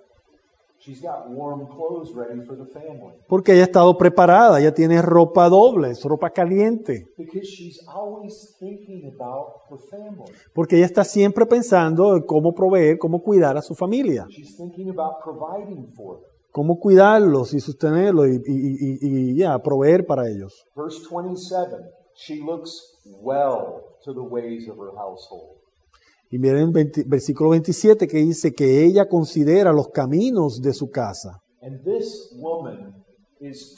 A: She's got warm clothes ready for the family.
B: porque ella ha estado preparada, ella tiene ropa doble, es ropa caliente,
A: Because she's always thinking about her family.
B: porque ella está siempre pensando en cómo proveer, cómo cuidar a su familia,
A: She's thinking about providing for them.
B: cómo cuidarlos y sostenerlos y, y- y- y, ya, proveer para ellos.
A: Verse 27 She looks well to the ways of her household.
B: Y miren 20 versículo 27 que dice que ella considera los caminos de su casa.
A: And this woman is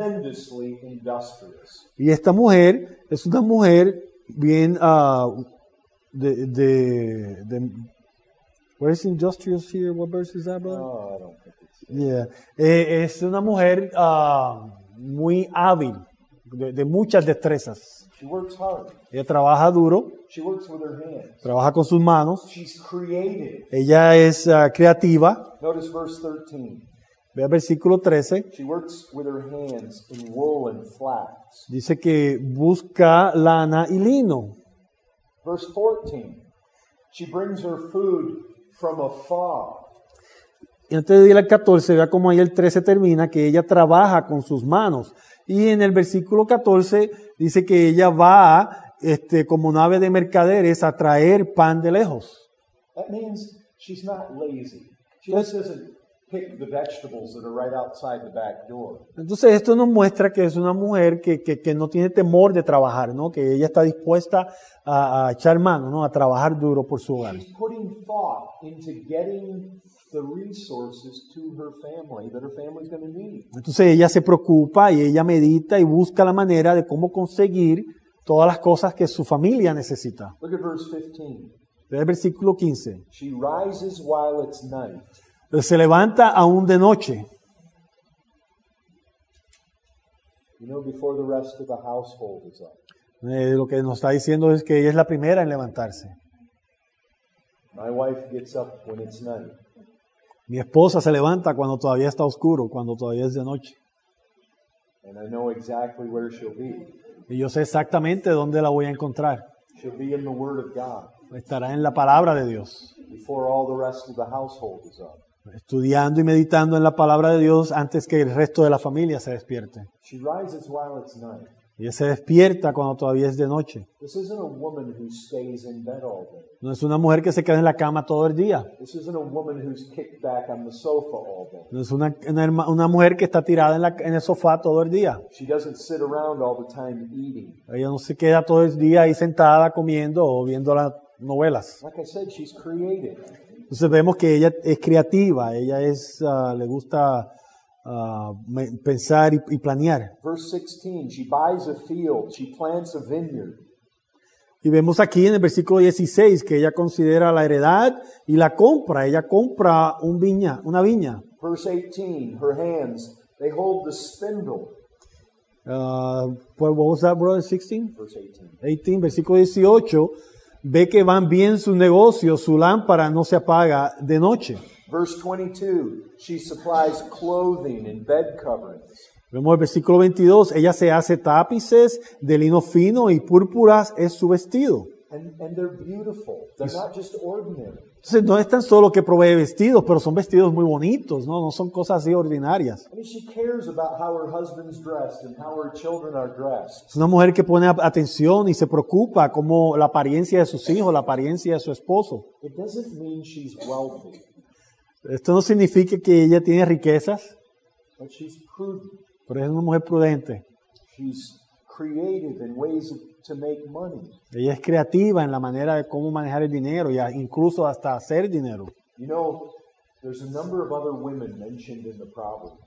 A: tremendously industrious.
B: Y esta mujer es una mujer bien ah, de, de, de- Where is industrious here? What verse is that, brother?
A: Oh, I don't think it's.
B: Yeah. Eh, es una mujer ah, muy hábil, de, de muchas destrezas.
A: She works hard.
B: Ella trabaja duro,
A: She works with her hands.
B: trabaja con sus manos.
A: She's creative.
B: Ella es ah, creativa.
A: Notice verse 13.
B: Ve al versículo 13.
A: She works with her hands in wool and flax.
B: Dice que busca lana y lino.
A: Verse 14. She brings her food from afar.
B: Y antes de ir al 14, vea cómo ahí el 13 termina, que ella trabaja con sus manos. Y en el versículo 14 dice que ella va este, como nave de mercaderes a traer pan de lejos.
A: That means she's not lazy. She just doesn't pick the vegetables that are right outside the back door.
B: Entonces esto nos muestra que es una mujer que, que- que no tiene temor de trabajar, ¿no? que ella está dispuesta a, a echar mano, ¿no? a trabajar duro por su hogar.
A: She's putting thought into getting the resources to her family that her family's going to need.
B: Entonces ella se preocupa y ella medita y busca la manera de cómo conseguir todas las cosas que su familia necesita.
A: Look at verse 15.
B: Ve el versículo 15.
A: She rises while it's night.
B: se levanta aún de noche.
A: You know, before the rest of the household is up.
B: Eh, lo que nos está diciendo es que ella es la primera en levantarse.
A: My wife gets up when it's night.
B: Mi esposa se levanta cuando todavía está oscuro, cuando todavía es de noche.
A: and I know exactly where she'll be.
B: Y yo sé exactamente dónde la voy a encontrar.
A: She'll be in the Word of God
B: Estará en la palabra de Dios,
A: before all the rest of the household is up.
B: estudiando y meditando en la palabra de Dios antes que el resto de la familia se despierte.
A: She rises while it's night.
B: Ella se despierta cuando todavía es de noche.
A: This isn't a woman who stays in bed all day.
B: No es una mujer que se queda en la cama todo el día.
A: This isn't a woman who's kicked back on the sofa all day.
B: No es una, una herma- una mujer que está tirada en, la- en el sofá todo el día.
A: She doesn't sit around all the time eating.
B: Ella no se queda todo el día ahí sentada comiendo o viendo las novelas.
A: Like I said, she's creative.
B: Entonces vemos que ella es creativa, ella es, ah, le gusta ah, me- pensar y, y planear.
A: Verse 16, she buys a field, she plants a vineyard.
B: Y vemos aquí en el versículo 16 que ella considera la heredad y la compra. Ella compra un viña, una viña.
A: Verse 18, her hands, they hold the spindle.
B: Ah, what pues, was that, brother? 16?
A: Verse 18.
B: 18, versículo 18, ve que van bien sus negocios, su lámpara no se apaga de noche.
A: Verse 22, she supplies clothing and bed coverings.
B: Vemos el versículo 22, ella se hace tápices de lino fino y púrpuras es su vestido.
A: And, and they're beautiful. They're not just ordinary.
B: Entonces no es tan solo que provee vestidos, pero son vestidos muy bonitos, no, no son cosas así ordinarias.
A: I mean, she cares about how her husband's dressed and how her children are dressed.
B: Es una mujer que pone a- atención y se preocupa como la apariencia de sus hijos, la apariencia de su esposo.
A: It doesn't mean she's wealthy,
B: Esto no significa que ella tiene riquezas,
A: but she's prudent.
B: pero es una mujer prudente.
A: She's creative in ways of, to make money.
B: Ella es creativa en la manera de cómo manejar el dinero y a- incluso hasta hacer dinero.
A: You know, there's a number of other women mentioned in the Proverbs.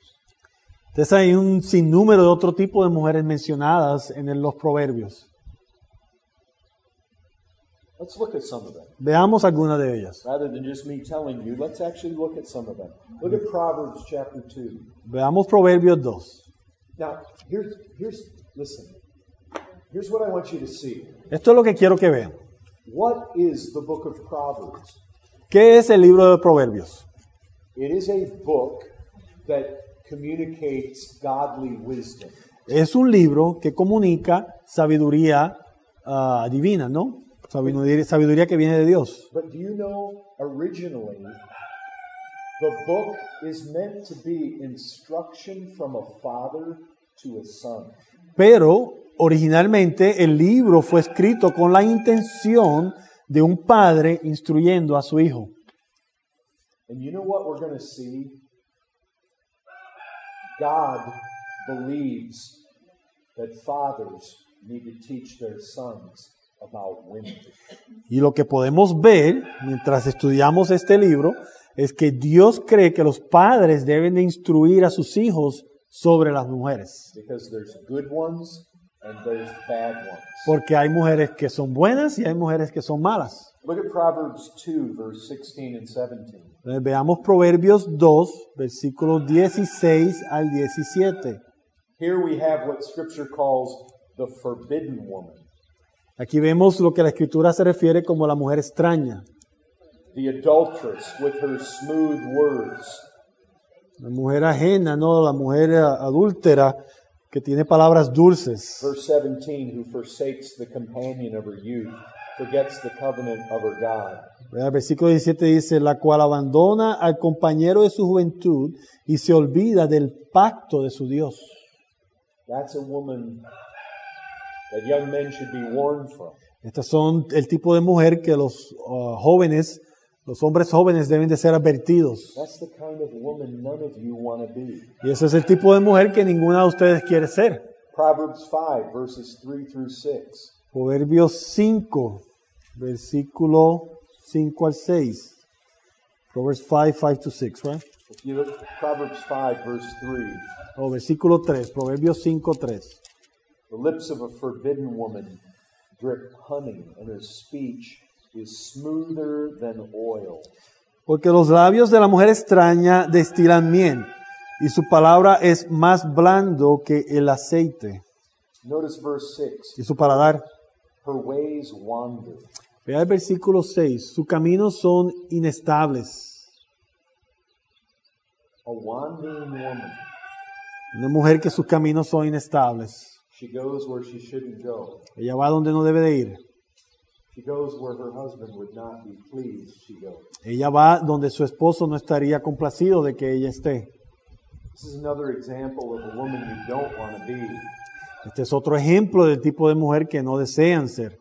B: Entonces hay un sinnúmero de otro tipo de mujeres mencionadas en el- los proverbios.
A: Let's look at some of them.
B: Veamos algunas de ellas.
A: Rather than just me telling you, let's actually look at some of them. Look at Proverbs chapter 2.
B: Veamos Proverbios 2.
A: Now, here's, here's, listen, here's what I want you to see.
B: Esto es lo que quiero que vean.
A: What is the book of Proverbs?
B: ¿Qué es el libro de Proverbios?
A: It is a book that communicates godly wisdom.
B: Es un libro que comunica sabiduría ah, divina, ¿no? Sabiduría, sabiduría que viene de Dios.
A: But do you know, originally, the book is meant to be instruction from a father to a son.
B: Pero originalmente el libro fue escrito con la intención de un padre instruyendo a su hijo.
A: And you know what we're going to see? God believes that fathers need to teach their sons about women.
B: Y lo que podemos ver mientras estudiamos este libro es que Dios cree que los padres deben de instruir a sus hijos sobre las mujeres.
A: Because there's good ones and there's bad ones.
B: Porque hay mujeres que son buenas y hay mujeres que son malas.
A: Look at Proverbs 2, verse 16 and 17.
B: Entonces, veamos Proverbios 2, versículos 16 al 17.
A: Here we have what Scripture calls the forbidden woman,
B: Aquí vemos lo que la escritura se refiere como la mujer extraña,
A: the adulteress with her smooth words.
B: la mujer ajena, no, la mujer eh, adúltera que tiene palabras dulces.
A: Verse 17, who forsakes the companion of her youth, forgets the covenant of her God.
B: El versículo 17 dice, la cual abandona al compañero de su juventud y se olvida del pacto de su Dios.
A: That's a woman that young men should be warned from.
B: Estas son el tipo de mujer que los uh, jóvenes, los hombres jóvenes deben de ser advertidos.
A: That's the kind of woman none of you want to be.
B: Y ese es el tipo de mujer que ninguna de ustedes quiere ser.
A: Proverbs 5, verses 3 through 6.
B: Proverbios 5, versículo 5 al 6. Proverbs 5, 5 to 6, right?
A: If you look Proverbs 5, verse 3,
B: O versículo 3, Proverbios 5, 3.
A: the lips of a forbidden woman drip honey, and her speech is smoother than oil.
B: Porque los labios de la mujer extraña destilan miel, y su palabra es más blando que el aceite,
A: Notice verse 6.
B: y su paladar.
A: Her ways wander.
B: Vea el versículo 6. Sus caminos son inestables.
A: A wandering woman.
B: Una mujer que sus caminos son inestables.
A: She goes where she shouldn't go.
B: Ella va donde no debe de ir.
A: She goes where her husband would not be pleased she goes.
B: Ella va donde su esposo no estaría complacido de que ella esté.
A: This is another example of a woman you don't want to be.
B: Este es otro ejemplo del tipo de mujer que no desean ser.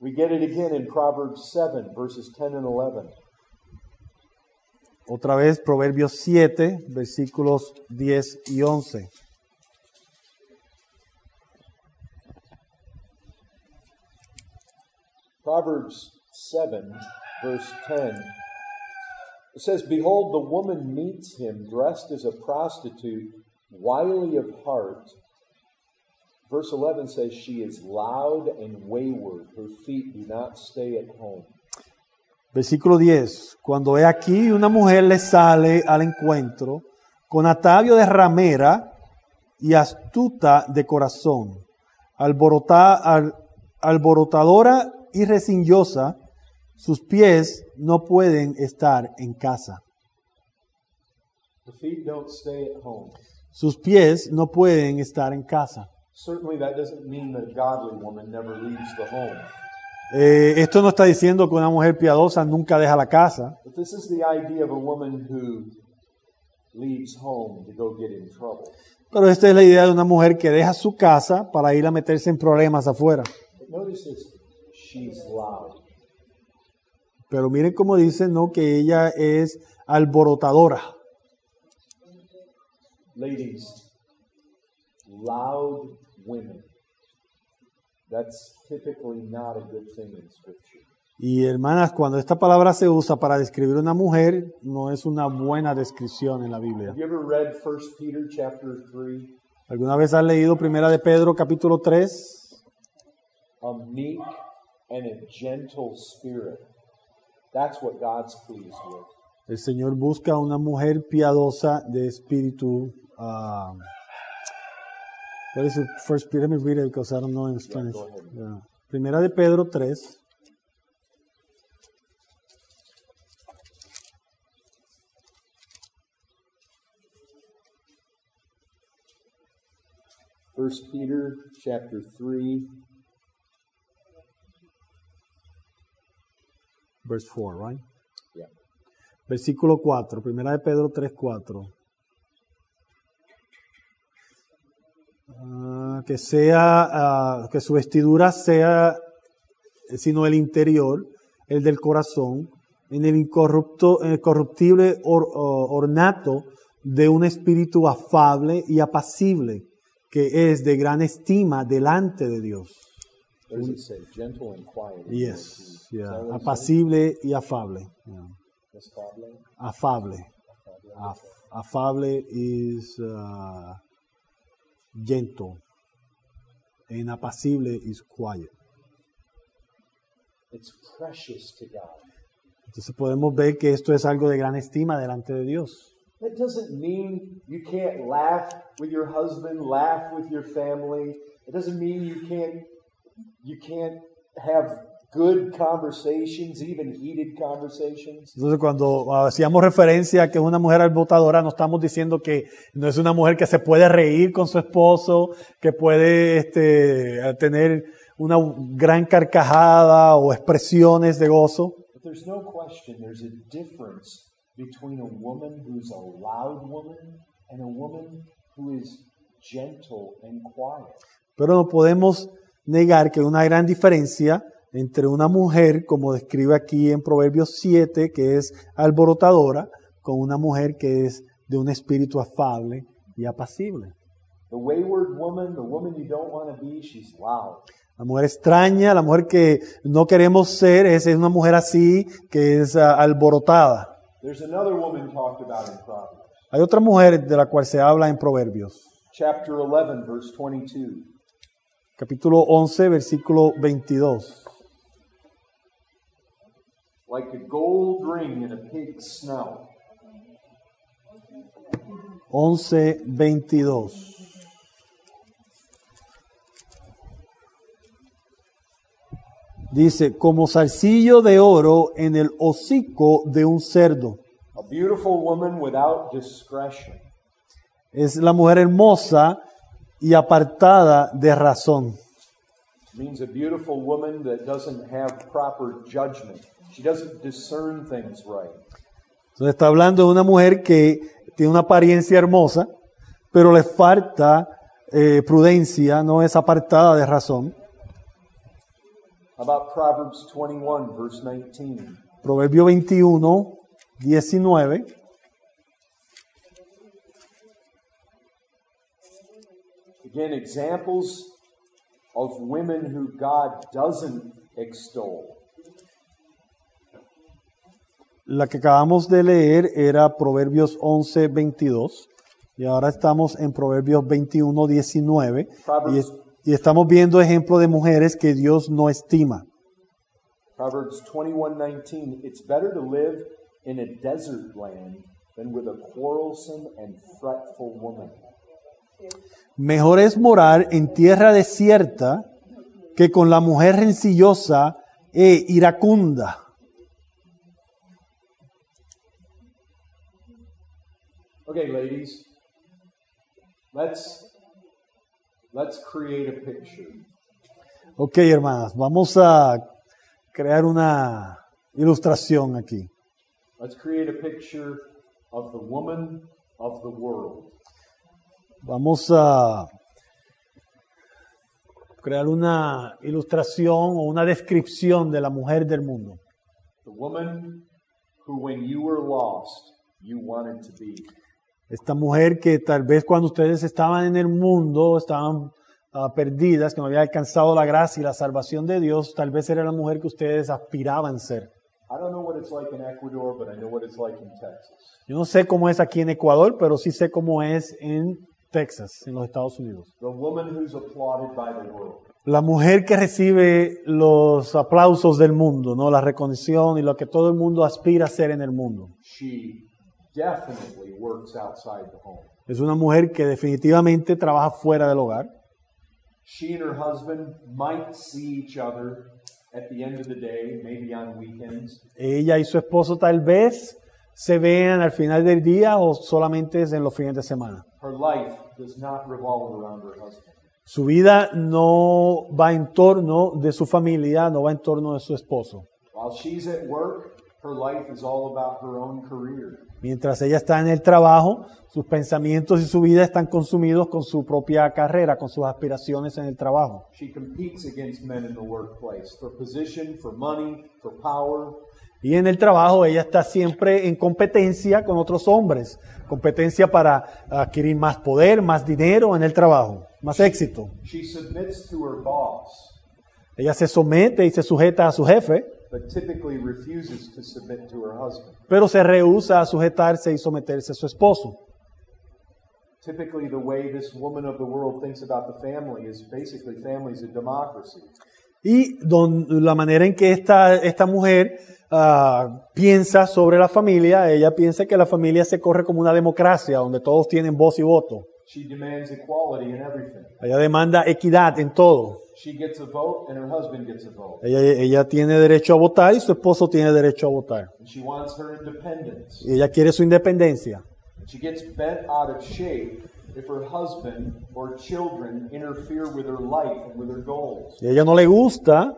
A: We get it again in Proverbs 7, verses 10 and 11.
B: Otra vez, Proverbios 7, versículos 10 y 11.
A: Proverbs 7, verse 10. It says, Behold, the woman meets him dressed as a prostitute, wily of heart. Verse 11 says, She is loud and wayward. Her feet do not stay at home.
B: Versículo 10. Cuando he aquí una mujer le sale al encuentro con atavio de ramera y astuta de corazón, alborota- al- alborotadora y resillosa, sus pies no pueden estar en casa.
A: The feet don't stay at home.
B: Sus pies no pueden estar en casa.
A: Certainly, that doesn't mean that a godly woman never leaves the home.
B: Eh, esto no está diciendo que una mujer piadosa nunca deja la casa,
A: But this is the idea of a woman who leaves home to go get in trouble.
B: pero esta es la idea de una mujer que deja su casa para ir a meterse en problemas afuera.
A: But notice this she's loud.
B: Pero miren cómo dice, ¿no? Que ella es alborotadora.
A: Ladies, loud women. That's typically not a good thing in Scripture.
B: Y hermanas, cuando esta palabra se usa para describir una mujer, no es una buena descripción en la Biblia.
A: Have you ever read 1 Peter chapter 3?
B: ¿Alguna vez has leído Primera de Pedro capítulo 3?
A: A meek and a gentle spirit. That's what God's pleased with.
B: El Señor busca una mujer piadosa de espíritu. ah, what is it? First Peter, let me read it because I don't know in Spanish. Yeah. Primera de Pedro 3.
A: First Peter chapter three,
B: verse 4, right?
A: Yeah.
B: Versículo 4, primera de Pedro 3, 4. Ah, que sea, ah, que su vestidura sea, eh, sino el interior, el del corazón, en el incorrupto, en el corruptible or- o- ornato de un espíritu afable y apacible, que es de gran estima delante de Dios.
A: What does it say? Gentle and quiet.
B: Yes,
A: Is
B: yeah.
A: that what it says?
B: apacible y afable. yeah.
A: Miss Toddler?
B: afable. Af- afable is uh, gentle. And apacible is quiet.
A: It's precious to God.
B: Entonces podemos ver que esto es algo de gran estima delante de Dios.
A: That doesn't mean you can't laugh with your husband, laugh with your family. It doesn't mean you can't you can't have good conversations, even heated conversations.
B: Entonces cuando ah, hacíamos referencia a que es una mujer albotadora, no estamos diciendo que no es una mujer que se puede reír con su esposo, que puede este, tener una gran carcajada o expresiones de gozo.
A: But there's no question there's a difference between a woman who's a loud woman and a woman who is gentle and quiet.
B: Pero no podemos negar que hay una gran diferencia entre una mujer, como describe aquí en Proverbios 7, que es alborotadora, con una mujer que es de un espíritu afable y apacible.
A: The wayward woman, the woman you don't want to be, she's loud.
B: La mujer extraña, la mujer que no queremos ser, es, es una mujer así, que es ah, alborotada.
A: There's another woman talked about in Proverbs.
B: Hay otra mujer de la cual se habla en Proverbios,
A: Chapter 11, verse 22.
B: capítulo 11, versículo 22.
A: Like a gold ring in a pig's snout.
B: 11, 22. Dice, como zarcillo de oro en el hocico de un cerdo.
A: A beautiful woman without discretion.
B: Es la mujer hermosa y apartada de razón.
A: means a beautiful woman that doesn't have proper judgment. She doesn't discern things right.
B: Entonces está hablando de una mujer que tiene una apariencia hermosa, pero le falta eh, prudencia, no es apartada de razón.
A: How about Proverbs 21, verse 19?
B: Proverbio 21, 19.
A: Again, examples of women who God doesn't extol.
B: La que acabamos de leer era Proverbios 11, 22. Y ahora estamos en Proverbios 21, 19. Y, es- y estamos viendo ejemplos de mujeres que Dios no estima.
A: Proverbs 21:19, it's better to live in a desert land than with a quarrelsome and fretful woman.
B: Mejor es morar en tierra desierta que con la mujer rencillosa eh, iracunda.
A: Okay, ladies, let's let's create a picture.
B: Ok, hermanas, vamos a crear una ilustración aquí.
A: Let's create a picture of the woman of the world.
B: Vamos a crear una ilustración o una descripción de la mujer del mundo.
A: The woman who, when you were lost, you wanted to be.
B: Esta mujer que tal vez cuando ustedes estaban en el mundo, estaban ah, perdidas, que no había alcanzado la gracia y la salvación de Dios, tal vez era la mujer que ustedes aspiraban ser.
A: I don't know what it's like in Ecuador, but I know what it's like in Texas.
B: Yo no sé cómo es aquí en Ecuador, pero sí sé cómo es en Texas, en los Estados Unidos.
A: The woman who's applauded by the world.
B: La mujer que recibe los aplausos del mundo, ¿no? La reconocimiento y lo que todo el mundo aspira a ser en el mundo.
A: She definitely works outside the home.
B: Es una mujer que definitivamente trabaja fuera del hogar.
A: She and her husband might see each other at the end of the day, maybe on weekends,
B: Ella y su esposo tal vez se vean al final del día o solamente es en los fines de semana.
A: Her life does not revolve around her husband.
B: Su vida no va en torno de su familia, no va en torno de su esposo.
A: While she's at work, her life is all about her own career.
B: Mientras ella está en el trabajo, sus pensamientos y su vida están consumidos con su propia carrera, con sus aspiraciones en el trabajo.
A: She competes against men in the workplace for position, for money, for power.
B: Y en el trabajo ella está siempre en competencia con otros hombres, competencia para adquirir más poder, más dinero en el trabajo, más éxito.
A: She submits to her boss,
B: Ella se somete y se sujeta a su jefe,
A: but typically refuses to submit to her husband.
B: pero se rehúsa a sujetarse y someterse a su esposo.
A: Typically, the way this woman of the world thinks about the family is basically family's a democracy.
B: Y don- la manera en que esta, esta mujer ah, piensa sobre la familia, ella piensa que la familia se corre como una democracia, donde todos tienen voz y voto.
A: She demands equality in everything.
B: Ella demanda equidad en todo.
A: She gets a vote, and her husband gets a vote.
B: Ella, ella tiene derecho a votar y su esposo tiene derecho a votar.
A: And she wants her independence.
B: Y ella quiere su independencia.
A: She gets bent out of shape if her husband or children interfere with her life and with her goals.
B: Y a ella no le gusta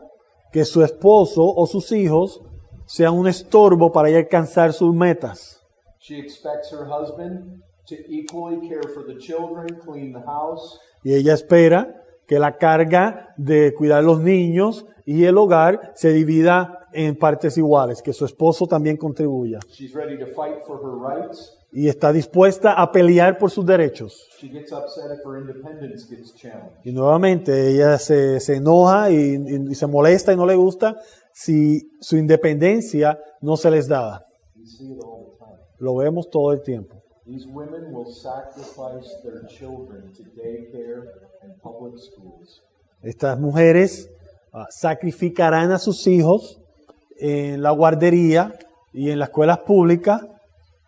B: que su esposo o sus hijos sean un estorbo para ella alcanzar sus metas.
A: She expects her husband to equally care for the children, clean the house,
B: Y ella espera que la carga de cuidar los niños y el hogar se divida en partes iguales, que su esposo también contribuya.
A: She's ready to fight for her rights.
B: Y está dispuesta a pelear por sus derechos.
A: She gets upset if her independence gets challenged.
B: Y nuevamente ella se, se enoja y, y- y se molesta y no le gusta si su independencia no se les da.
A: We see it all the time.
B: Lo vemos todo el tiempo.
A: These women will sacrifice their children to daycare and public schools.
B: Estas mujeres ah, sacrificarán a sus hijos en la guardería y en las escuelas públicas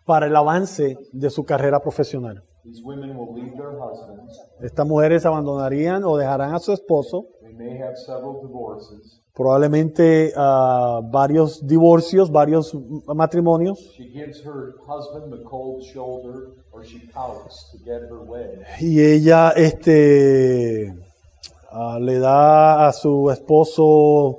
B: para el avance de su carrera profesional.
A: These women will leave their husbands.
B: Estas mujeres abandonarían o dejarán a su esposo,
A: They may have several divorces.
B: probablemente ah, varios divorcios, varios matrimonios,
A: She gives her husband the cold shoulder or she pouts to get her way.
B: y ella este, ah, le da a su esposo,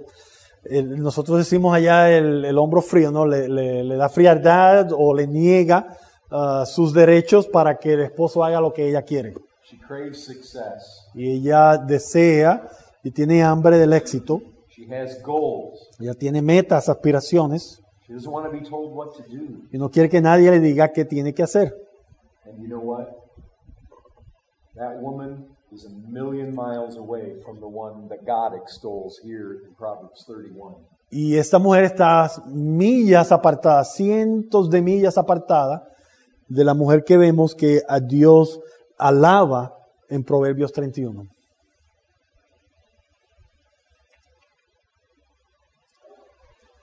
B: el- nosotros decimos allá el, el hombro frío, ¿no? Le, le- le da frialdad o le niega ah, sus derechos para que el esposo haga lo que ella quiere.
A: She craves success.
B: Y ella desea y tiene hambre del éxito,
A: She has goals.
B: ella tiene metas, aspiraciones,
A: She doesn't want to be told what to do.
B: y no quiere que nadie le diga qué tiene que hacer.
A: And you know what? That woman is a million miles away from the one that God extols here in Proverbs 31.
B: Y esta mujer está millas apartada, cientos de millas apartada de la mujer que vemos que a Dios alaba en Proverbios 31.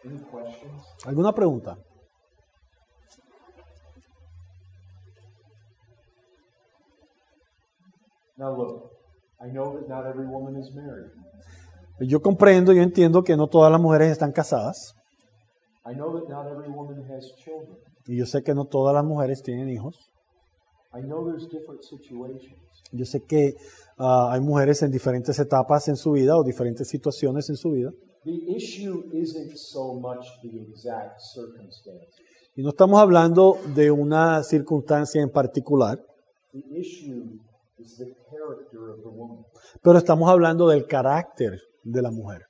A: Any questions?
B: ¿Alguna pregunta?
A: Now look, I know that not every woman is married.
B: Yo comprendo, yo entiendo que no todas las mujeres están casadas
A: I know that not every woman has children.
B: y yo sé que no todas las mujeres tienen hijos.
A: I know there's different situations.
B: Yo sé que ah, hay mujeres en diferentes etapas en su vida o diferentes situaciones en su vida.
A: The issue isn't so much the exact circumstance.
B: Y no estamos hablando de una circunstancia en particular,
A: The issue is the character of the woman.
B: pero estamos hablando del carácter de la mujer.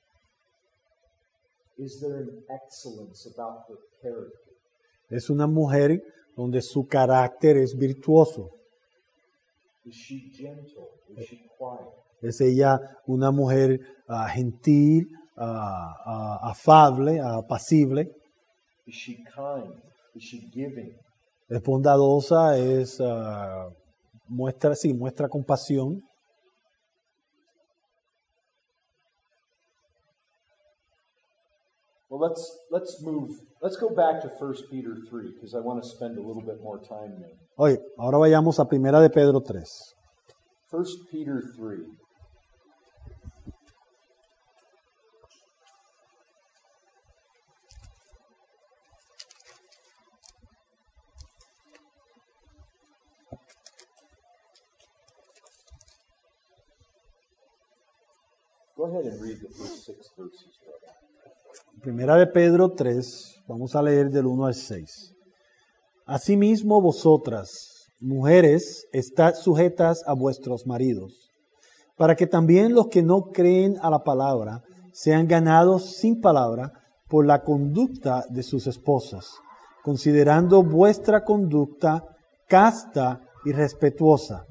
A: Is there an excellence about her character?
B: Es una mujer donde su carácter es virtuoso.
A: Is she gentle? Is she quiet?
B: Es ella una mujer ah, gentil, ah, ah, afable, ah, apacible,
A: Is she kind? Is she giving?
B: es bondadosa, es ah, muestra, sí, muestra compasión.
A: Well, let's let's move. Let's go back to 1 Peter 3 because I want to spend a little bit more time there.
B: Oye, ahora vayamos a Primera de Pedro 3.
A: 1 Peter 3. Go ahead and read the first six verses. brother.
B: Primera de Pedro 3, vamos a leer del 1 al 6. Asimismo vosotras, mujeres, estad sujetas a vuestros maridos, para que también los que no creen a la palabra sean ganados sin palabra por la conducta de sus esposas, considerando vuestra conducta casta y respetuosa.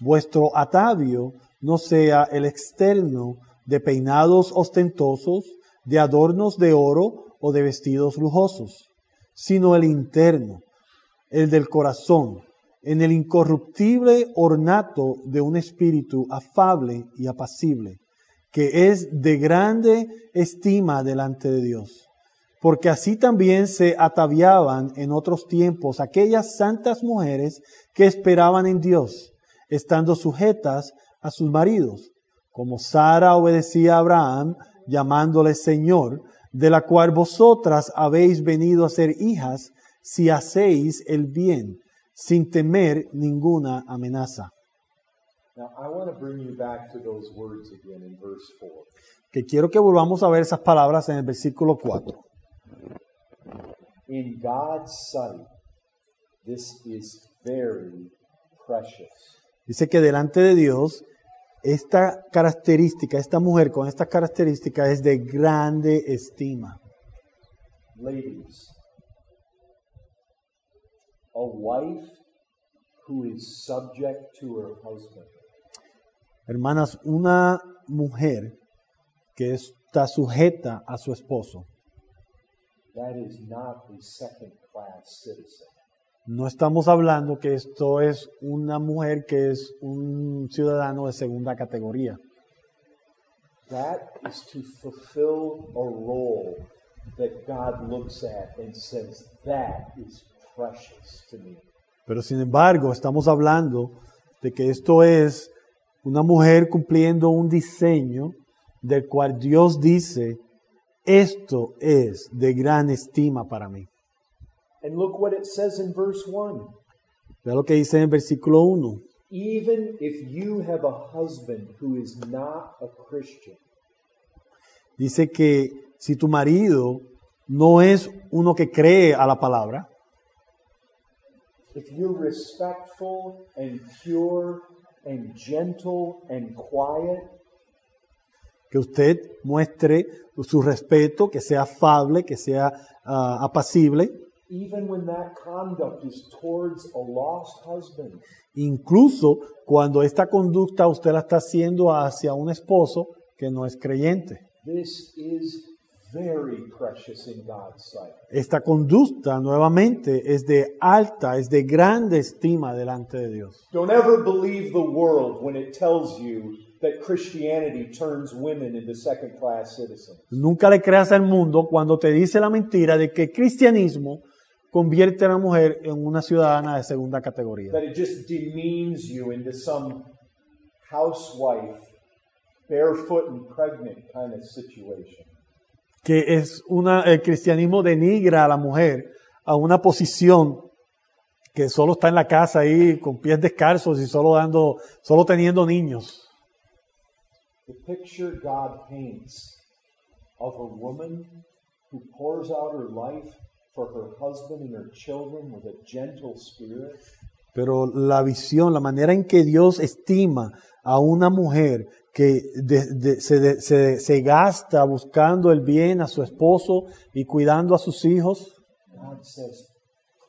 B: Vuestro atavio no sea el externo de peinados ostentosos, de adornos de oro o de vestidos lujosos, sino el interno, el del corazón, en el incorruptible ornato de un espíritu afable y apacible, que es de grande estima delante de Dios. Porque así también se ataviaban en otros tiempos aquellas santas mujeres que esperaban en Dios, estando sujetas a sus maridos, como Sara obedecía a Abraham, llamándole Señor, de la cual vosotras habéis venido a ser hijas si hacéis el bien, sin temer ninguna amenaza.
A: Now, I want to bring you back to those words again in verse 4.
B: Que quiero que volvamos a ver esas palabras en el versículo 4.
A: In God's sight, this is very precious.
B: Dice que delante de Dios, esta característica, esta mujer con estas características es de grande estima.
A: Ladies, a wife who is subject to her husband
B: Hermanas, una mujer que está sujeta a su esposo,
A: that is not a second class citizen
B: no estamos hablando que esto es una mujer que es un ciudadano de segunda categoría.
A: that is to fulfill a role that god looks at and says that is precious to me
B: Pero sin embargo, estamos hablando de que esto es una mujer cumpliendo un diseño del cual Dios dice, esto es de gran estima para mí.
A: and look what it says in verse 1
B: Vea lo que dice en el versículo 1.
A: even if you have a husband who is not a christian
B: Dice que si tu marido no es uno que cree a la palabra,
A: If you're respectful and pure and gentle and quiet,
B: que usted muestre su respeto, que sea afable, que sea ah, apacible,
A: even when that conduct is towards a lost husband,
B: incluso cuando esta conducta usted la está haciendo hacia un esposo que no es creyente.
A: this is very precious in God's sight.
B: Esta conducta nuevamente es de alta, es de grande estima delante de Dios.
A: Don't ever believe the world when it tells you that Christianity turns women into second class citizens.
B: Nunca le creas al mundo cuando te dice la mentira de que el cristianismo convierte a la mujer en una ciudadana de segunda categoría.
A: That it just demeans you into some housewife barefoot and pregnant kind of situation.
B: que es una, el cristianismo denigra a la mujer a una posición que solo está en la casa ahí con pies descalzos y solo dando, solo teniendo niños.
A: The picture God paints of a woman who pours out her life for her husband and her children with a gentle spirit
B: Pero la visión, la manera en que Dios estima a una mujer que de- de- se, de- se- se gasta buscando el bien a su esposo y cuidando a sus hijos,
A: God says,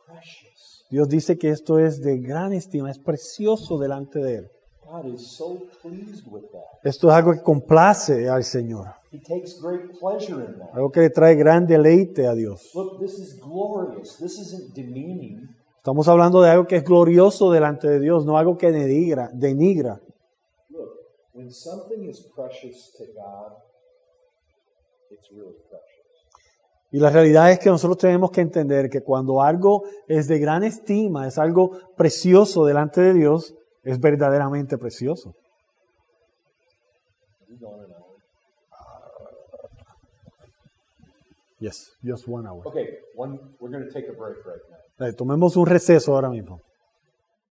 A: precious.
B: Dios dice que esto es de gran estima, es precioso delante de Él.
A: God is so pleased with that.
B: Esto es algo que complace al Señor,
A: He takes great pleasure in that.
B: algo que le trae gran deleite a Dios.
A: Look, this is glorious. This isn't demeaning.
B: Estamos hablando de algo que es glorioso delante de Dios, no algo que denigra, denigra.
A: Look, when something is precious to God, it's really precious.
B: Y la realidad es que nosotros tenemos que entender que cuando algo es de gran estima, es algo precioso delante de Dios, es verdaderamente precioso.
A: You don't know.
B: Yes, just one hour.
A: Okay, one. We're going to take a break right now.
B: Eh, Tomemos un receso ahora mismo.